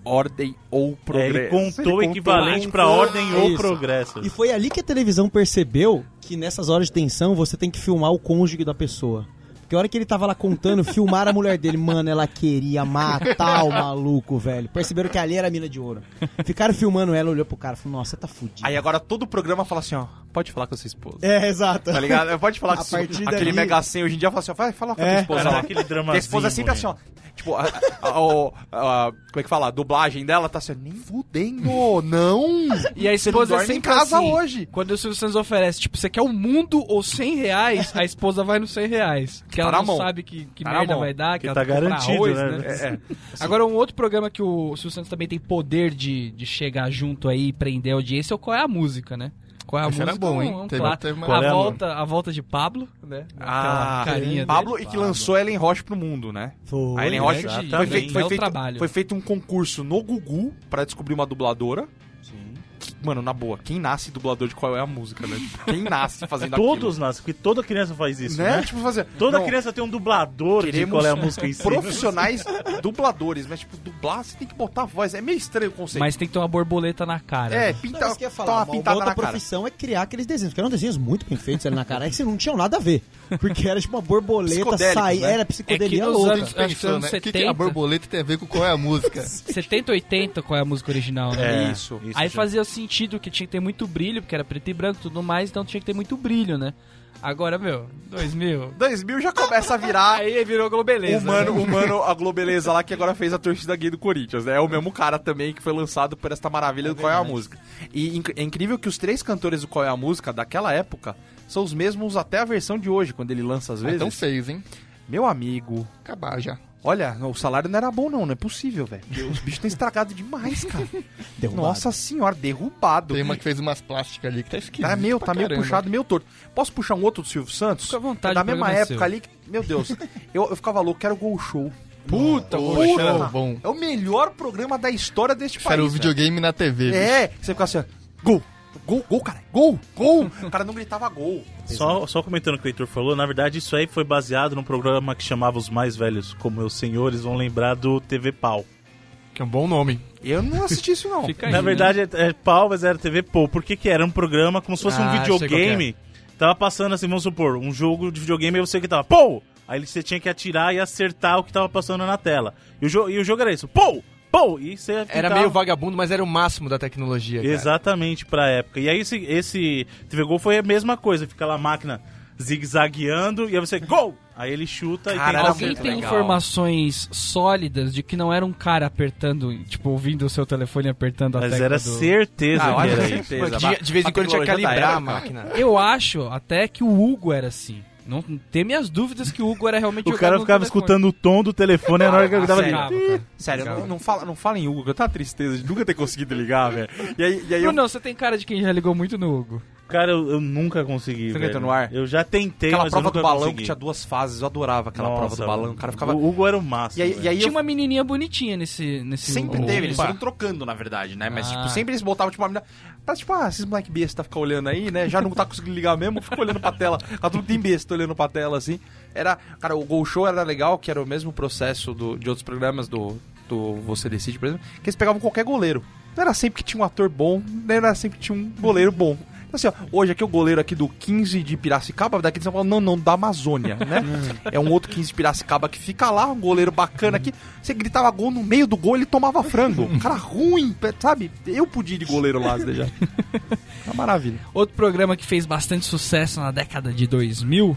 ordem ou
É,
progresso.
ele contou o equivalente
contou.
pra ordem ou
Isso.
progresso.
E foi ali que a televisão percebeu que nessas horas de tensão você tem que filmar o cônjuge da pessoa. Porque a hora que ele tava lá contando, filmaram a mulher dele. Mano, ela queria matar o maluco, velho. Perceberam que ali era a mina de ouro. Ficaram filmando ela, olhou pro cara e falou, nossa, você tá fudido.
Aí agora todo o programa fala assim: ó, pode falar com a sua esposa.
É, exato.
Tá ligado? Pode falar
A
com sua,
partir
aquele
dali-
mega senha hoje em dia, fala assim, ó, vai falar com a
É.
sua esposa
Cara, dá
lá.
aquele
Porque a esposa
dramazinho,
é sempre assim, ó. Tipo, a, a- a- o- a- como é que fala? A dublagem dela tá assim, nem fudendo, não!
E a esposa
dorme
é
em
sempre
casa
assim.
hoje.
Quando o Silvio Santos oferece, tipo, você quer o mundo ou 100 reais, a esposa vai no 100 reais. Que ela
Tá na
não
mão.
sabe que, que
Tá na
merda
mão.
vai dar, que,
Que
ela
tá
tem que comprar
garantido,
arroz,
né?
É, é.
Agora, um outro programa que o Silvio Santos também tem poder de, de chegar junto aí e prender a audiência é o Qual é a Música, né? Qual é a
Esse era
Música?
bom, hein?
é um
Teve-
clássico.
teve uma-
Qual é
a,
a
volta, a volta de Pablo, né? Aquela
Ah,
carinha
Pablo
dele.
e que lançou Ellen Roche pro mundo, né?
Foi.
a Ellen Roche
exatamente.
foi, feito, foi,
É o
feito-
trabalho.
foi feito um concurso no Gugu pra descobrir uma dubladora. Que- Mano, na boa, quem nasce dublador de qual é a música, né? Quem nasce fazendo
Todos nascem, porque toda criança faz isso,
aquilo, né?
né?
Tipo, fazer,
Toda
não,
criança tem um dublador de
queremos
qual é a música em si.
Profissionais dubladores, mas tipo, dublar, você tem que botar a voz. É meio estranho o conceito.
Mas tem que ter uma borboleta na cara.
é,
né?
pinta,
Não, Então, isso que eu ia falar,
tá
uma-
uma
uma,
pintada
outra
na cara.
profissão é criar aqueles desenhos, porque eram desenhos muito bem feitos ali na cara, é que vocês não tinham nada a ver. Porque era tipo uma borboleta
Psicodélicos,
sair,
né?
era
É
psicodelia
que nos
louca.
anos- acho que
Pensou,
foi anos
né? O que, que a
70.
borboleta tem a ver com qual é a música?
70, 80, qual é a música original, né?
É,
Isso.
Aí
já.
fazia sentido que tinha que ter muito brilho, porque era preto e branco e tudo mais, então tinha que ter muito brilho, né? Agora, meu, 2000.
2000 já começa a virar
Aí virou globeleza.
humano, humano, a Globeleza lá que agora fez a torcida gay do Corinthians, né? É o mesmo cara também que foi lançado por esta maravilha do Qual é a Música. E inc- é incrível que os três cantores do Qual é a Música daquela época são os mesmos até a versão de hoje, quando ele lança às vezes.
Então fez, hein?
Meu amigo,
Acabar já.
olha, o salário não era bom não, não é possível, velho. Porque Os bichos estão estragados demais, cara.
Derrubado.
Nossa senhora, derrubado.
Tem uma que fez umas plásticas ali que tá esquisito.
Tá meio,
pra
tá meio
caramba.
puxado, meio torto. Posso puxar um outro do Silvio Santos?
Fica à vontade,
Da
o programa
mesma
é
época
seu.
ali, que- meu Deus, eu, eu ficava louco, quero Gol Show.
Puta,
Poxa,
poxa.
era bom.
É o melhor programa da história deste
Isso Era o
país. velho.
videogame na TV.
É, você ficava assim, ó, gol, gol, gol, cara, gol, gol. O cara não gritava gol.
Só, só comentando o que o Heitor falou, na verdade isso aí foi baseado num programa que chamava Os Mais Velhos, como os senhores vão lembrar do TV Pau.
Que é um bom nome.
Eu não assisti isso, não.
Fica aí,
na
né?
verdade é, é Pau, mas era TV Pau. Por que que era? Um programa como se fosse
Ah,
um
sei qual que é.
videogame. Tava passando assim, vamos supor, um jogo de videogame e você que tava Pou! Aí você tinha que atirar e acertar o que tava passando na tela. E o, jo- e o jogo era isso, Pou! Pou! E você
Era
ficava-
meio vagabundo, mas era o máximo da tecnologia. cara.
Exatamente, pra época. E aí esse, esse TV Gol foi a mesma coisa, fica lá a máquina zigue-zagueando e aí você, gol! Aí ele chuta e
Cara,
que
era
Alguém
muito
tem
legal.
informações sólidas de que não era um cara apertando, tipo, ouvindo o seu telefone apertando a
Mas
tecla
era
do-
certeza
Ah,
que
olha,
era
com
isso.
certeza.
De, de vez em
A
quando
tecnologia
tinha que
da
calibrar a
época.
máquina.
Eu acho até que o Hugo era assim. Não tem minhas dúvidas que o Hugo era realmente
O
jogado
cara
no
ficava
telefone.
escutando o tom do telefone na hora que eu
Ah,
tava assim.
sério,
ligado.
cara.
Sério, não, não fala, não fala em Hugo, que eu tava tristeza de nunca ter conseguido ligar, velho. E aí, e aí eu...
Bruno, você tem cara de quem já ligou muito no Hugo.
Cara, eu, eu nunca consegui.
Você
velho.
entra no ar?
Eu já tentei,
Aquela
mas
prova
eu nunca
do balão
consegui.
que tinha duas fases, eu adorava aquela
Nossa,
prova do balão. O cara ficava...
O Hugo era o máximo.
E aí, e aí
Tinha
eu...
uma menininha bonitinha nesse... nesse
Sempre
Hugo.
teve, eles foram trocando, na verdade, né? Mas,
Ah.
tipo, sempre eles botavam, tipo, uma menina... Tá, tipo, ah, esses moleque besta ficam olhando aí, né? Já não tá conseguindo ligar mesmo, fica olhando pra tela. Tá tudo tem besta olhando pra tela, assim. Era... Cara, o Gol Show era legal, que era o mesmo processo do, de outros programas do, do Você Decide, por exemplo, que eles pegavam qualquer goleiro. Não era sempre que tinha um ator bom, não era sempre que tinha um goleiro bom. Então, Assim, ó, hoje aqui o goleiro aqui do 15 de Piracicaba, daqui de São Paulo, não, não, da Amazônia, né? é um outro 15 de Piracicaba que fica lá, um goleiro bacana aqui. Você gritava gol no meio do gol, ele tomava frango. Um cara ruim, sabe? Eu podia ir de goleiro lá, Zé, já. Uma maravilha.
Outro programa que fez bastante sucesso na década de 2000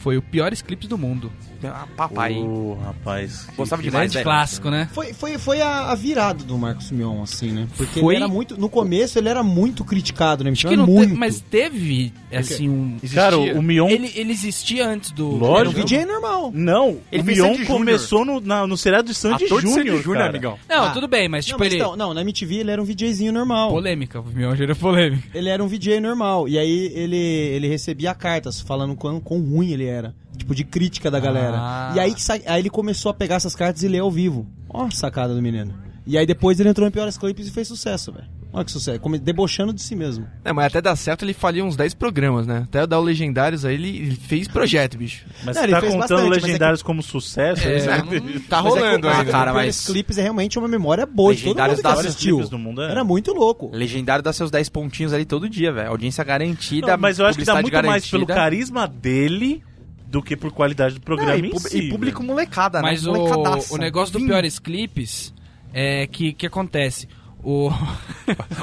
foi o Piores Clipes do Mundo.
Ah, papai, hein?
Ô, rapaz. que-
Gostava
que-
demais,
Grande
velho.
clássico, né?
Foi, foi, foi a, a virada do Marcos Mion, assim, né? Porque
Foi?
ele era muito. No começo ele era muito criticado, né?
Acho que não
muito.
teve, mas teve, assim, um...
Cara, o Mion.
Ele, ele existia antes do...
Lógico.
Era um
Era um DJ normal.
Não,
Ele
o
fez
Mion
Sandy Júnior.
começou no, na, no seriado de Sandy
Ator de Sandy
Júnior.
Júnior,
cara.
amigão.
Não,
Ah.
tudo bem, mas
Não,
tipo,
mas
ele...
então, não, na MTV ele era um VJzinho normal.
Polêmica, o é Mion gerou polêmica.
Ele era um VJ normal. E aí ele, ele recebia cartas falando quão, quão ruim ele era. Tipo, de crítica da galera.
Ah.
E aí, que sa- aí ele começou a pegar essas cartas e ler ao vivo. Ó, a sacada do menino. E aí depois ele entrou em piores clipes e fez sucesso, velho. Olha que sucesso. Come- Debochando de si mesmo.
É, mas até dar certo ele falia uns 10 programas, né? Até dar o Legendários aí ele, ele fez projeto, bicho.
Mas
Não,
você
ele
tá
fez
contando
bastante, mas é que-
legendários como sucesso?
É,
isso aí?
não-
Tá
Mas é que o-
ainda.
o
cara,
Piores
mas-
clipes é realmente uma memória boa de todo
Legendários
mundo que
das
Vários
assistiu.
clipes do mundo
Ah.
é.
Era muito louco.
Legendário dá seus 10 pontinhos ali todo dia, velho. Audiência garantida,
Não, mas eu acho que dá muito
publicidade
mais pelo
garantida.
carisma dele do que por qualidade do programa
Não,
em
e, pub-
si.
e público
Tá,
molecada,
Mas
né?
o,
Molecadaça.
o negócio do é
Vim.
Piores Clipes é que, que acontece. O,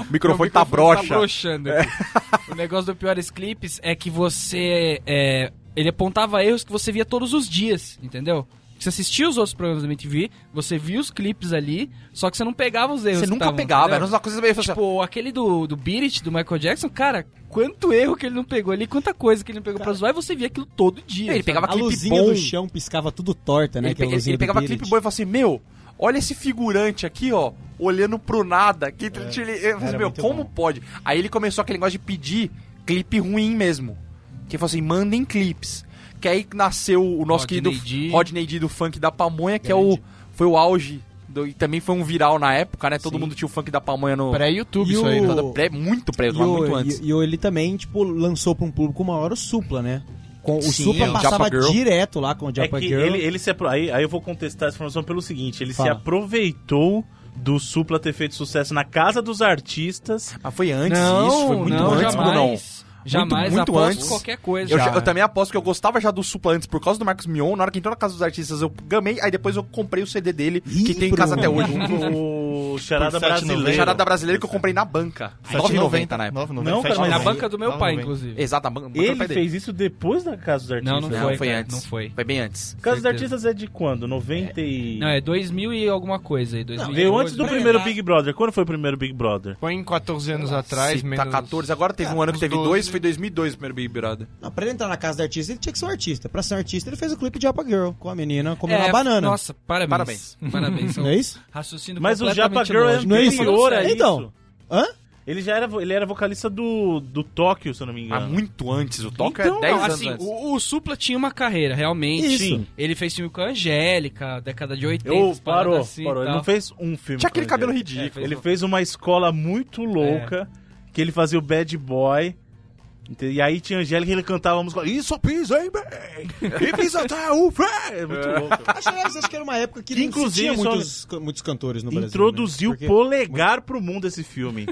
O microfone tá broxa. É.
broxando. aqui. O negócio do Piores Clipes é que você. é, ele apontava erros que você via todos os dias, entendeu? Você assistia os outros programas da MTV, você via os clipes ali, só que você não pegava os erros.
Você
que
nunca
tavam,
pegava,
tá entendeu?
era uma coisa meio assim,
Tipo, aquele do, do Beat It, do Michael Jackson, cara, quanto erro que ele não pegou ali, quanta coisa que ele não pegou pra zoar, e você via aquilo todo dia.
Ele
sabe?
pegava
A
clipe
luzinha
bom.
do chão piscava tudo torta, né?
ele,
que é a
pe-
luzinha
ele
do
pegava
Billet.
clipe bom e falava assim, meu, olha esse figurante aqui, ó, olhando pro nada. Que ele, eu falei,
É, era
meu,
muito
como
bom.
pode? Aí ele começou aquele negócio de pedir clipe ruim mesmo. Que ele falou assim, mandem clipes. Que aí nasceu o nosso
Rodney
querido
Dee.
Rodney D do funk da pamonha, que é o, foi o auge. do- e também foi um viral na época, né? Todo
Sim.
mundo tinha o funk da pamonha no...
Pré-YouTube
E
isso aí,
o-
né?
Pré, muito pré,
E,
mas
o-
muito antes.
e- e o- ele também, tipo, lançou pra um público uma hora o Supla, né? Com, o
Sim, é
Supla
o
passava
Japa Girl.
direto lá com o
É
Japa
que
Girl.
ele, ele se apro- aí, aí eu vou contestar essa informação pelo seguinte: ele se
Fala.
aproveitou do Supla ter feito sucesso na casa dos artistas.
Ah, foi antes
Não,
isso, foi muito
não,
antes,
jamais,
Brunão.
Jamais
muito
aposto
antes.
qualquer coisa.
Eu,
Já. né?
já- eu também aposto que eu gostava já do Supla antes por causa do Marcos Mion. Na hora que entrou na Casa dos Artistas, eu gamei, aí depois eu comprei o CD dele, que
Ih,
tem em casa até
Bruno.
hoje.
O Charada
Por
O
Brasileiro.
7,90.
Charada brasileiro que eu comprei na banca. 9,90 na época.
9,90.
Não, cara, mas
Na
Não,
banca do meu pai, então.
9,90.
inclusive.
Exato, a ban- banca do
Ele
pai dele.
fez isso depois da casa dos
Não,
artistas?
não
Não,
foi,
foi,
cara,
antes.
não foi.
Foi bem antes.
Casa dos
certeza.
Artistas é de quando? 90 e...
Não, é 2000 e alguma coisa aí. 2000,
Veio antes do
Pra
primeiro
lembrar.
Big Brother. Quando foi o primeiro Big Brother?
Põe 14 anos atrás,
Se
menos...
Tá 14, agora
Ah,
teve um ano que
uns
teve
12.
dois, foi 2002 o primeiro Big Brother.
Não, pra ele entrar na casa do artista, ele tinha que ser um artista. Pra ser um artista, ele fez o clipe de Japa Girl com a menina comendo
É,
uma banana.
Nossa, parabéns. Parabéns. parabéns.
Não é isso?
Raciocínio
Mas o Japa
completamente
Girl é
lógico.
Não é isso?
anterior a isso.
Então. Hã?
Ele já era, vo- ele era vocalista do, do Tóquio, se eu não me
Ah,
engano.
muito antes. O Toca
Então,
é 10
não,
anos
assim,
antes.
o, o Supla tinha uma carreira, realmente.
Isso.
Sim.
Ele fez filme com a Angélica, década de 80.
Eu,
essas paradas
parou,
assim e
parou. Ele
tal.
não fez um filme.
Tinha aquele
com ele.
cabelo
É,
ridículo.
fez-
Ele fez uma escola muito louca, que ele fazia o Bad Boy. ente- E aí tinha Angélica e ele cantava a música. Isso pisa, hein, bem! E pisa até o pé! É muito louco.
Acho, acho que era uma época que,
Que,
não se
inclusive,
tinha
só-
muitos, ca- muitos cantores no Brasil.
Introduziu
né? Porque-
polegar pro mundo esse filme.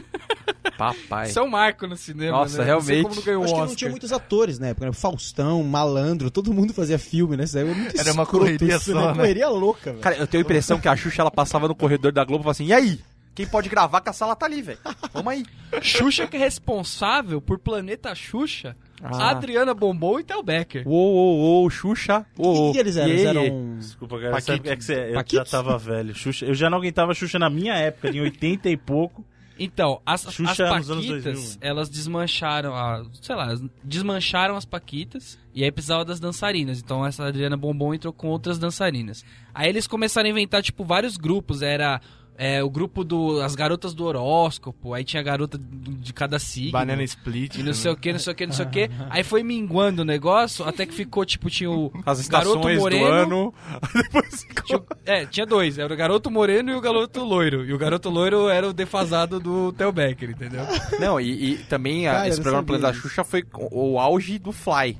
Papai.
Isso é um marco no cinema,
Nossa,
né?
realmente.
Não sei como não ganhou
Acho que
Oscar.
não tinha muitos atores na época, né? Faustão, Malandro, todo mundo fazia filme, né? Isso aí Era, muito
Era uma
escroto
correria
isso,
só,
Uma
né?
correria louca, velho.
Cara, eu tenho a impressão que a Xuxa ela passava no corredor da Globo e falava assim: e aí? Quem pode gravar que a sala tá ali, velho? Vamos aí.
Xuxa que é responsável por Planeta Xuxa,
Ah.
Adriana Bombom e Tel Becker.
Uou, uou, uou, Xuxa.
O
Uou,
que, que eles eram? Eles
iê,
eram... um-
iê.
Desculpa, cara.
Paquito.
sabe- É que você, eu já
Paquito?
tava velho. Xuxa, eu já não aguentava Xuxa na minha época, em 80 e pouco.
Então, as, as
Xuxa é nos anos né? 2000,
paquitas,
mano.
elas desmancharam, a, sei lá, elas desmancharam as paquitas e aí precisava das dançarinas. Então essa Adriana Bombom entrou com outras dançarinas. Aí eles começaram a inventar, tipo, vários grupos. Era é, o grupo do as garotas do horóscopo, aí tinha a garota do- de cada signo.
Banana Split.
né?
né?
E não sei o que, não sei o que, não sei o que. Aí foi minguando o negócio, até que ficou, tipo, tinha o
As
garoto
estações do
moreno,
ano. Depois
Tinha o- é, tinha dois. Era o garoto moreno e o garoto loiro. E o garoto loiro era o defasado do Theo Becker, entendeu?
Não, e, e também a-
Cara, eu
esse
não
programa
sabia
Planeta da
disso.
Xuxa foi o, o auge do Fly.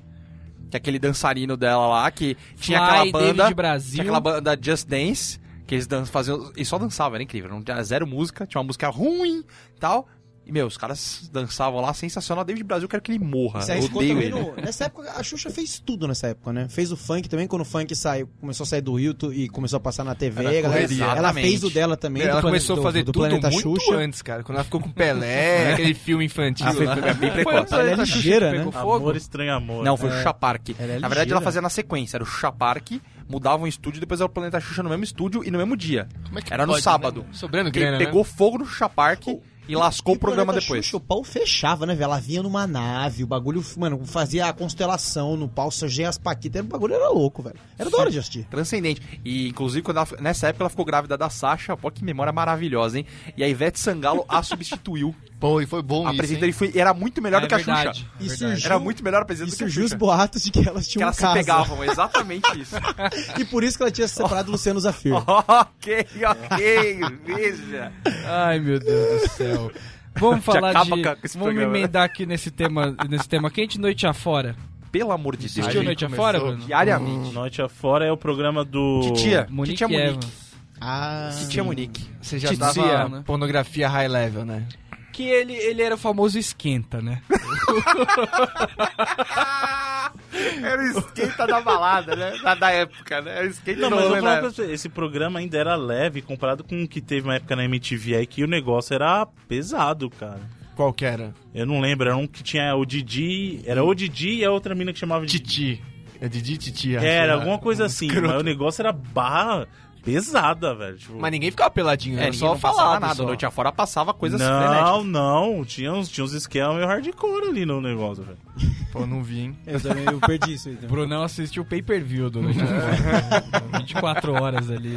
Que é aquele dançarino dela lá, que tinha
Fly,
aquela banda.
David Brasil.
Tinha aquela banda Just Dance, que eles dan faziam. E só dançavam, era incrível. Não tinha zero música, tinha uma música ruim tal. E, meu, os caras dançavam lá, sensacional. David Brasil, eu quero que ele morra.
Isso aí
Eu
ficou
odeio
também
ele.
no- Nessa época, a Xuxa fez tudo nessa época, né? Fez o funk também, quando o funk saiu, começou a sair do Rio tu- e começou a passar na TV.
Era
a galera-
correria.
ela fez o dela também.
É,
do
Ela
plane-
começou
do-
a fazer
do
tudo
Planeta
muito
Xuxa.
antes, cara. Quando ela ficou com Pelé, aquele filme infantil lá.
É. Ah, Foi o
Ela é
Planeta Xuxa que
ligeira,
pegou
né?
fogo.
Amor estranho amor.
Não, foi o Xuxa Park.
Ela é
na verdade,
ligeira.
ela fazia na sequência. Era o Xuxa Park, mudava um estúdio, depois era o Planeta Xuxa no mesmo estúdio e no mesmo dia.
Como é que
Era no
pode, né?
sábado.
Sobrando
Que
grana,
pegou fogo no Xuxa Park e lascou
E
o programa
Planeta
depois.
Xuxa, o pau fechava, né, velho? Ela vinha numa nave, o bagulho, mano, fazia a constelação no pau, surgia as paquitas, o bagulho era louco, velho. Era da hora de assistir.
Transcendente. E, inclusive, quando ela- nessa época ela ficou grávida da Sasha. Pô, que memória maravilhosa, hein? E a Ivete Sangalo a substituiu.
Pô, e foi bom
a
isso,
presidenta
hein?
ele foi, era muito melhor
É
do que a
verdade.
Xuxa.
E surgiu,
Era muito melhor a
e
presidenta do que a
surgiu os
Xuxa.
boatos de que elas
Que
tinham
elas
um
se
caso.
pegavam, exatamente isso.
E por isso que ela tinha se separado do Luciano Zafir.
ok, ok, veja.
Ai, meu Deus do céu. Vamos
Já
falar de...
acaba com esse
Vamos
programa, né?
emendar aqui nesse tema, nesse tema quente, Noite Afora.
Pelo amor de Deus.
Assistiu
gente
Noite
começou
Afora, Bruno?
Diariamente.
Noite afora é o programa do.
Titia.
Monique
Titia Tipo, Monique.
Evans.
Ah,
Titia Monique.
Você já
Titia,
tava
né?
pornografia high level, né?
que ele, ele era o famoso esquenta, né?
Era o esquenta da balada, né? Da, da época, né? Era o esquenta
Não,
do
mas eu vou
rolê da
falar pra
época.
você, esse programa ainda era leve comparado com o que teve uma época na MTV aí que o negócio era pesado, cara.
Qual que era?
Eu não lembro, era um que tinha o Didi, era o Didi e a outra mina que chamava de
Titi. É Didi Titi, acho,
Era
né?
alguma coisa assim, mas o negócio era barra pesada, velho. Tipo,
Mas ninguém ficava peladinho,
É,
era
ninguém
só
não passava
falava
nada.
só.
Noite afora passava assim, né, coisas frenéticas.
não, não, tinha uns, tinha uns esquemas meio hardcore ali no negócio, velho.
Pô, não vi, hein?
Eu também eu perdi isso aí também.
Brunão assistiu o pay-per-view do Noite
24 horas ali.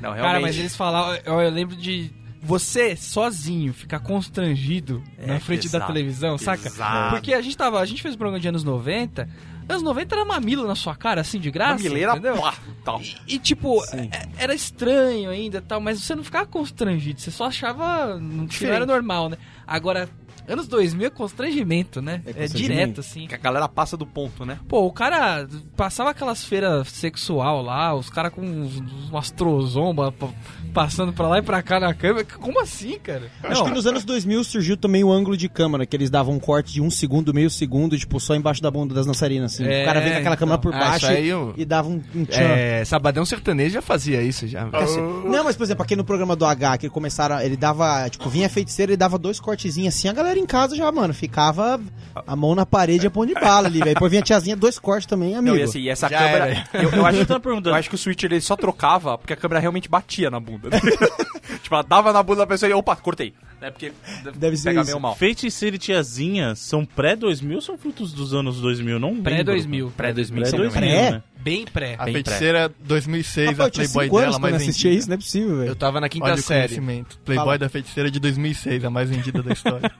Não, realmente.
Cara, mas eles falavam, eu, eu lembro de você sozinho ficar constrangido na frente da
pesado,
televisão, saca?
pesado.
Porque a gente tava, a gente fez um programa de anos 90, anos 90 era mamilo na sua cara assim de graça,
Mileira,
entendeu?
pá, tal.
E tipo, é- era estranho ainda, e tal, mas você não ficava constrangido, você só achava que não era normal, né? Agora Anos 2000 é constrangimento, né? É, direto, assim.
Que a galera passa do ponto, né?
Pô, o cara passava aquelas feiras sexual lá, os caras com uns- umas trozombas pa- passando pra lá e pra cá na câmera. Como assim, cara?
Acho que nos anos 2000 surgiu também o ângulo de câmera, que eles davam um corte de um segundo, meio segundo, tipo, só embaixo da bunda das dançarinas, assim.
É,
o cara vem com aquela
então.
câmera por
Ah,
baixo
isso aí
e-
eu-
e dava um, um tchan.
É, Sabadão Sertanejo já fazia isso já. velho.
Porque assim- Não, mas por exemplo, aqui no programa do H, que ele começaram, ele dava, tipo, vinha feiticeiro, ele dava dois cortezinhos assim, a galera em casa já, mano, ficava a mão na parede e a pão de bala ali, velho. Depois vinha a tiazinha, dois cortes também, amigo.
Não, e assim, e essa
Já
câmera.
era.
Eu, eu acho,
tava perguntando.
eu acho que o Switch ele só trocava porque a câmera realmente batia na bunda. né? tipo, ela dava na bunda da pessoa e opa, cortei. É porque
Deve ser
pega
isso.
meio mal.
Feiticeiro e Tiazinha são pré-2000 ou são frutos dos anos 2000? Não lembro.
Pré-2000.
é
Pré-2000,
Pré-2000,
Pré?
né?
Bem pré.
A
Bem
feiticeira 2006,
Rapaz,
a Playboy
cinco
dela,
quando
mais
assistia
vendida.
isso, não é possível,
Eu
velho.
tava na quinta
Olha o
série.
conhecimento. Playboy
Fala.
da feiticeira é de 2006, a mais vendida da história.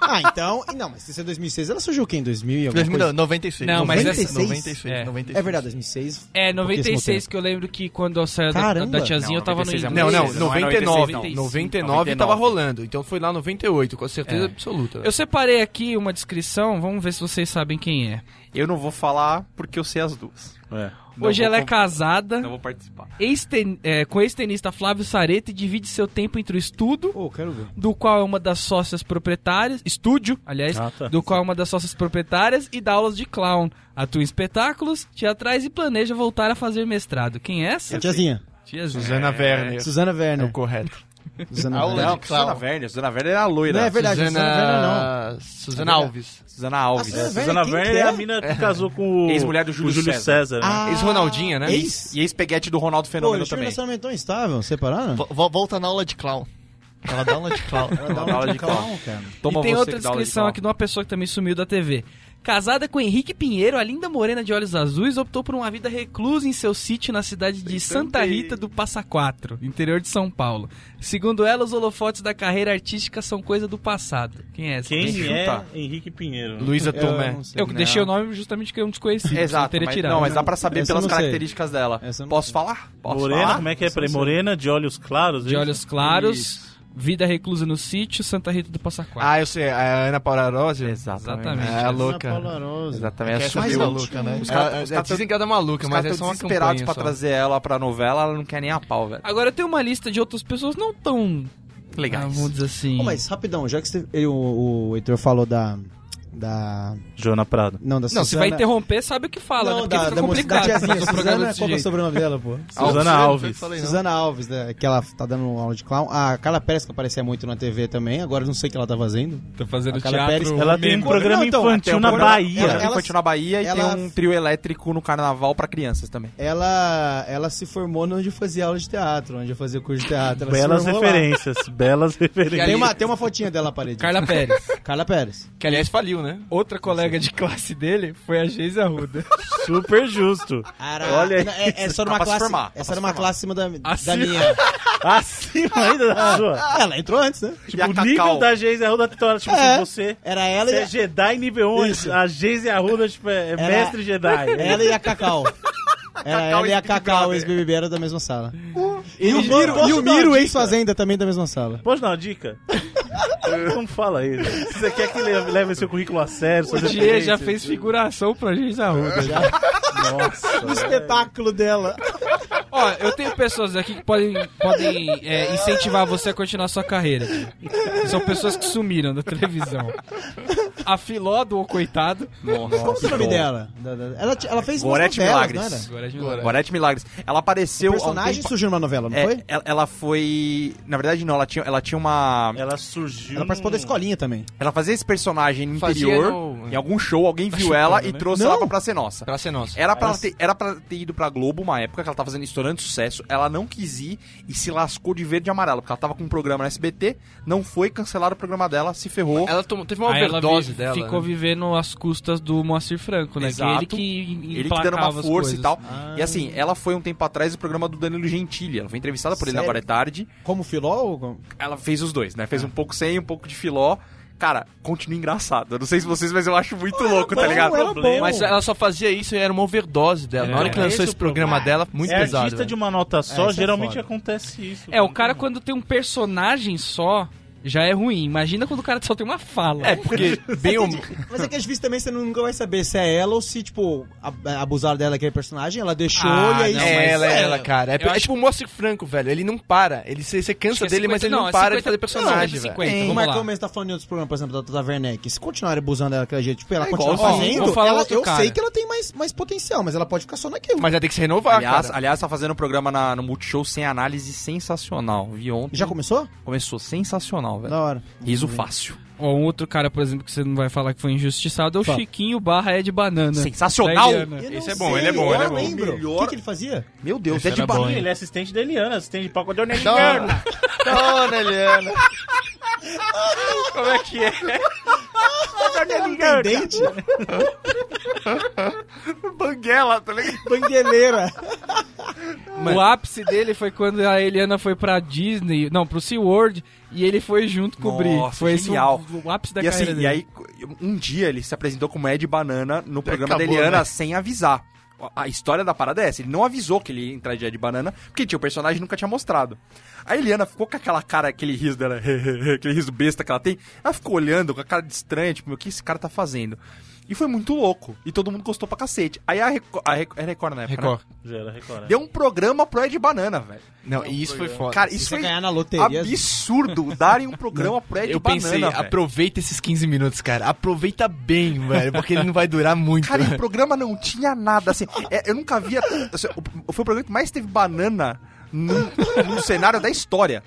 Ah, então, e não, mas se isso é 2006, ela surgiu o quê? Em 2000 e alguma
2000,
coisa?
não, 96.
Não, mas
essa-
96,
É.
96.
É verdade, 2006.
É,
Porque esse
96 que eu lembro que quando eu saí da, da,
Caramba.
tiazinha eu tava no
96 é
inglês.
Não, não,
Não é
99.
96,
99,
não.
99 tava rolando. Então foi lá 98, com certeza absoluta.
Eu separei aqui uma descrição, vamos ver se vocês sabem quem é.
Eu não vou falar porque eu sei as duas.
É.
Não
Hoje
vou
ela é
con-
casada
Não vou participar.
ex-ten- é, com ex-tenista Flávio Sareta e divide seu tempo entre o estudo,
Pô, quero ver.
do qual é uma das sócias proprietárias, estúdio, aliás,
Ah, tá.
do qual é uma das sócias proprietárias e dá aulas de clown. Atua em espetáculos, teatrais e planeja voltar a fazer mestrado. Quem é
A
essa?
tiazinha,
Tiazinha.
Susana Werner.
Susana
É o
Werner.
correto.
Susana
Aula
Werner.
de
Susana
clown.
Werner. Susana Werner era a loira.
Não é verdade,
Susana...
Susana Werner não.
Susana Alves.
Susana Alves.
Ah, Susana
Susana
Quem
Werner
que
é
é? Ah,
a mina que casou com o
Ex-mulher do
com o
Júlio
César. né?
É
Ex-Ronaldinha, né?
Ex?
E ex-peguete do Ronaldo
é Pô,
Fenômeno
eles tinham um
também.
relacionamento tão instável, separaram?
Vo- vo- Volta na aula de clown. Ela dá aula de clown.
Ela dá aula de clown.
cara.
Toma
e tem
você
outra
que dá aula de
descrição
clown.
aqui de uma pessoa que também sumiu da TV. Casada com Henrique Pinheiro, a linda morena de olhos azuis optou por uma vida reclusa em seu sítio na cidade de Santa Rita do Passa Quatro, interior de São Paulo. Segundo ela, os holofotes da carreira artística são coisa do passado. Quem é essa?
Quem
Deixa eu
é
chutar.
Henrique Pinheiro?
É,
Luísa Tomé.
Eu que deixei o nome justamente porque é eu não desconheci.
Exato,
teria
mas,
tirado.
não, mas dá pra saber
Essa eu
pelas
não sei.
características dela.
Essa eu não
Posso
sei.
falar? Posso
Morena,
falar?
como é que é? Peraí, Morena de olhos claros?
De
isso?
olhos claros, vida reclusa no sítio, Santa Rita do Passa Quatro.
Ah, eu sei, a Ana Paula Rossi.
Ah,
Exatamente.
É a louca.
Exatamente,
Essa
essa
é
viu?
louca, né?
Os
Ela-
caras-
os caras
dizem que ela é maluca,
Os
mas
caras
é
estão
só uma
desesperados
campanha
pra
só.
trazer ela pra novela, ela não quer nem a pau, velho.
Agora tem uma lista de outras pessoas não tão ah, vamos dizer assim.
Ô, mas rapidão, já que você- ele- o, o Heitor falou da. Da.
Joana Prado.
Não, da
Não,
Susana.
se vai interromper, sabe o que fala, né?
Não,
Porque
da,
fica
da, moça- da
complicado.
tiazinha.
fazer um programa
Susana,
desse
qual que é o
jeito.
sobrenome dela, pô?
Susana
Não
Alves.
falei, não.
Susana Alves, né, que ela tá dando aula de clown. A Carla Pérez, que aparecia muito na TV também, agora eu não sei o que ela tá fazendo.
Tá fazendo
A Carla Pérez-
teatro.
Ela tem um
Não,
programa
então,
infantil
tem um
na
programa-
Bahia.
ela-
Ela, infantil na Bahia e
ela-
tem um trio elétrico no carnaval pra crianças também.
Ela, ela se formou onde eu fazia aula de teatro, onde eu fazia curso de teatro. Ela se
Belas
formou lá.
referências, belas referências.
Tem uma, tem uma fotinha dela na parede.
Carla Pérez.
Carla Pérez.
Que aliás faliu, né?
Outra colega de classe dele foi a Geise Arruda.
Super justo. Olha aí.
Não, é, é só
Tá
numa
pra se
classe.
formar, tá
Essa era uma classe acima da, da
Acima.
minha.
Acima ainda
Ah,
da sua.
Ela entrou antes, né?
Tipo,
a
o
Cacau?
nível da Geise Arruda, tipo, assim,
É.
você,
Era ela
você
e
é
a,
Jedi nível 1,
Isso.
a Geise Arruda tipo, é mestre Jedi.
ela e a Cacau. Era ela e a Cacau, ex-BBB, era da mesma sala. E o Miro, e o Miro ex-Fazenda, também da mesma sala.
Posso dar uma dica? Não fala isso. Se você quer que leve, leve seu currículo a sério,
O
suas
Diego já
referências.
fez figuração pra Geise Arruda.
é No espetáculo dela.
Ó, Ó, eu tenho pessoas aqui que podem, podem é, incentivar você a continuar sua carreira. São pessoas que sumiram da televisão. A Filó do O Coitado.
Como que é o nome dela? Da- da- Ela, ti- ela fez umas
assim, Gorete
novelas, não
Milagres.
era?
Agora é de
Agora.
Gorete Milagres. Ela
O
apareceu. há um
personagem
tempo-
surgiu numa novela, não
É,
foi?
Ela, ela foi. Na verdade, não, ela tinha, ela tinha uma.
Ela surgiu.
Ela participou
num-
da escolinha também.
Ela fazia esse personagem no
Fazia
interior,
no-
em algum show, alguém viu
Chupando,
ela
né?
e trouxe
Não.
ela pra Praça é Nossa.
Pra ser nosso.
Era pra, ela ter, era pra ter ido pra Globo uma época que ela tava fazendo estourando sucesso. Ela não quis ir e se lascou de verde e amarelo, porque ela tava com um programa na SBT, não foi, cancelaram o programa dela, se ferrou.
Ela tomou-
é
teve uma
Aí ela
overdose
vi-
dela.
Ficou
né?
vivendo às custas do Moacir Franco, né? Que
Exato.
Ele que
Ele que dando uma
emplacava as
força e
coisas.
tal. E assim, ela foi um tempo atrás no programa do Danilo Gentili. Ela foi entrevistada por ele
Sério?
agora é tarde.
Como Filó ou... como-
Ela fez os dois, né? Fez um pouco sem, um pouco de filó. Cara, continua engraçado. Eu não sei se vocês, mas eu acho muito louco, tá
bom,
ligado?
era bom.
Mas ela só fazia isso e era uma overdose dela. Na hora que lançou
Esse
esse
o
programa dela, muito
é
pesado. né?
artista
velho.
de uma nota só,
isso é
geralmente
foda.
acontece isso.
É, o cara quando tem um personagem só, já é ruim. Imagina quando o cara só tem uma fala.
É, porque bem ou...
Mas é que às vezes também você nunca vai saber se é ela ou se, tipo, a- abusaram dela aquele personagem, ela deixou
Ah,
e aí...
não,
é,
mas
ela,
é-
ela, cara. É,
eu
é
acho-
tipo o Moacir Franco, velho. Ele não para. Ele, você, você
Acho que
cansa
é
dele,
50
mas ele não,
é
para
50
de fazer personagem, velho.
50,
o
vamos lá.
Marcão mesmo tá falando em outros programas, por exemplo, da Tata Werneck. Se continuarem abusando dela daquele jeito, tipo, ela
É
continua
igual,
ó,
fazendo,
vou falar
ela-
outro
eu
cara.
sei que ela tem mais, mais potencial, mas ela pode ficar só naquilo.
Mas ela tem que se renovar,
Aliás,
cara.
aliás, tá fazendo um programa na- no Multishow sem análise sensacional. Vi ontem.
Já começou?
Começou sensacional, velho.
Da hora.
Riso fácil.
Ó, um outro cara, por exemplo, que você não vai falar que foi injustiçado é o
Fala.
Chiquinho barra Ed Banana.
Sensacional!
Da Eliana.
Eu
Esse
não
é bom,
sei,
ele é bom, ele é
Eu
bom.
lembro. O
Melhor-
que, que ele fazia?
Meu Deus,
Esse
é de
era
barriga.
bom, hein?
Ele é assistente da Eliana, assistente de pacote de
Da hora. Da hora,
né,
Eliana.
Como é que é?
Ele tem dente?
Banguela, tá ligado?
Bangueleira.
O ápice dele foi quando a Eliana foi pra Disney, não, pro SeaWorld, e ele foi junto cobrir.
Nossa,
foi esse
genial.
o, o ápice da
E
carreira
assim,
dele.
e aí, um dia ele se apresentou como Ed Banana no programa
acabou,
da Eliana
né?
sem avisar. A história da parada é essa, ele não avisou que ele ia entrar de Ed Banana, porque tinha, o personagem nunca tinha mostrado. A Eliana ficou com aquela cara, aquele riso dela, aquele riso besta que ela tem, ela ficou olhando com a cara de estranha, tipo, meu, o que esse cara tá fazendo? E foi muito louco, e todo mundo gostou pra cacete. Aí a Record, a Record, era Record na época, né?
Record.
Deu um programa pro Ed Banana, velho.
Não, e isso foi foda.
Cara, isso
Você
foi
ganhar na loteria.
absurdo darem um programa pro Ed
eu
Banana.
pensei,
velho.
aproveita esses 15 minutos, cara. Aproveita bem, velho, porque ele não vai durar muito.
Cara, e o programa não tinha nada. Assim, é, eu nunca via. assim, o- foi o programa que mais teve banana num, num cenário da história.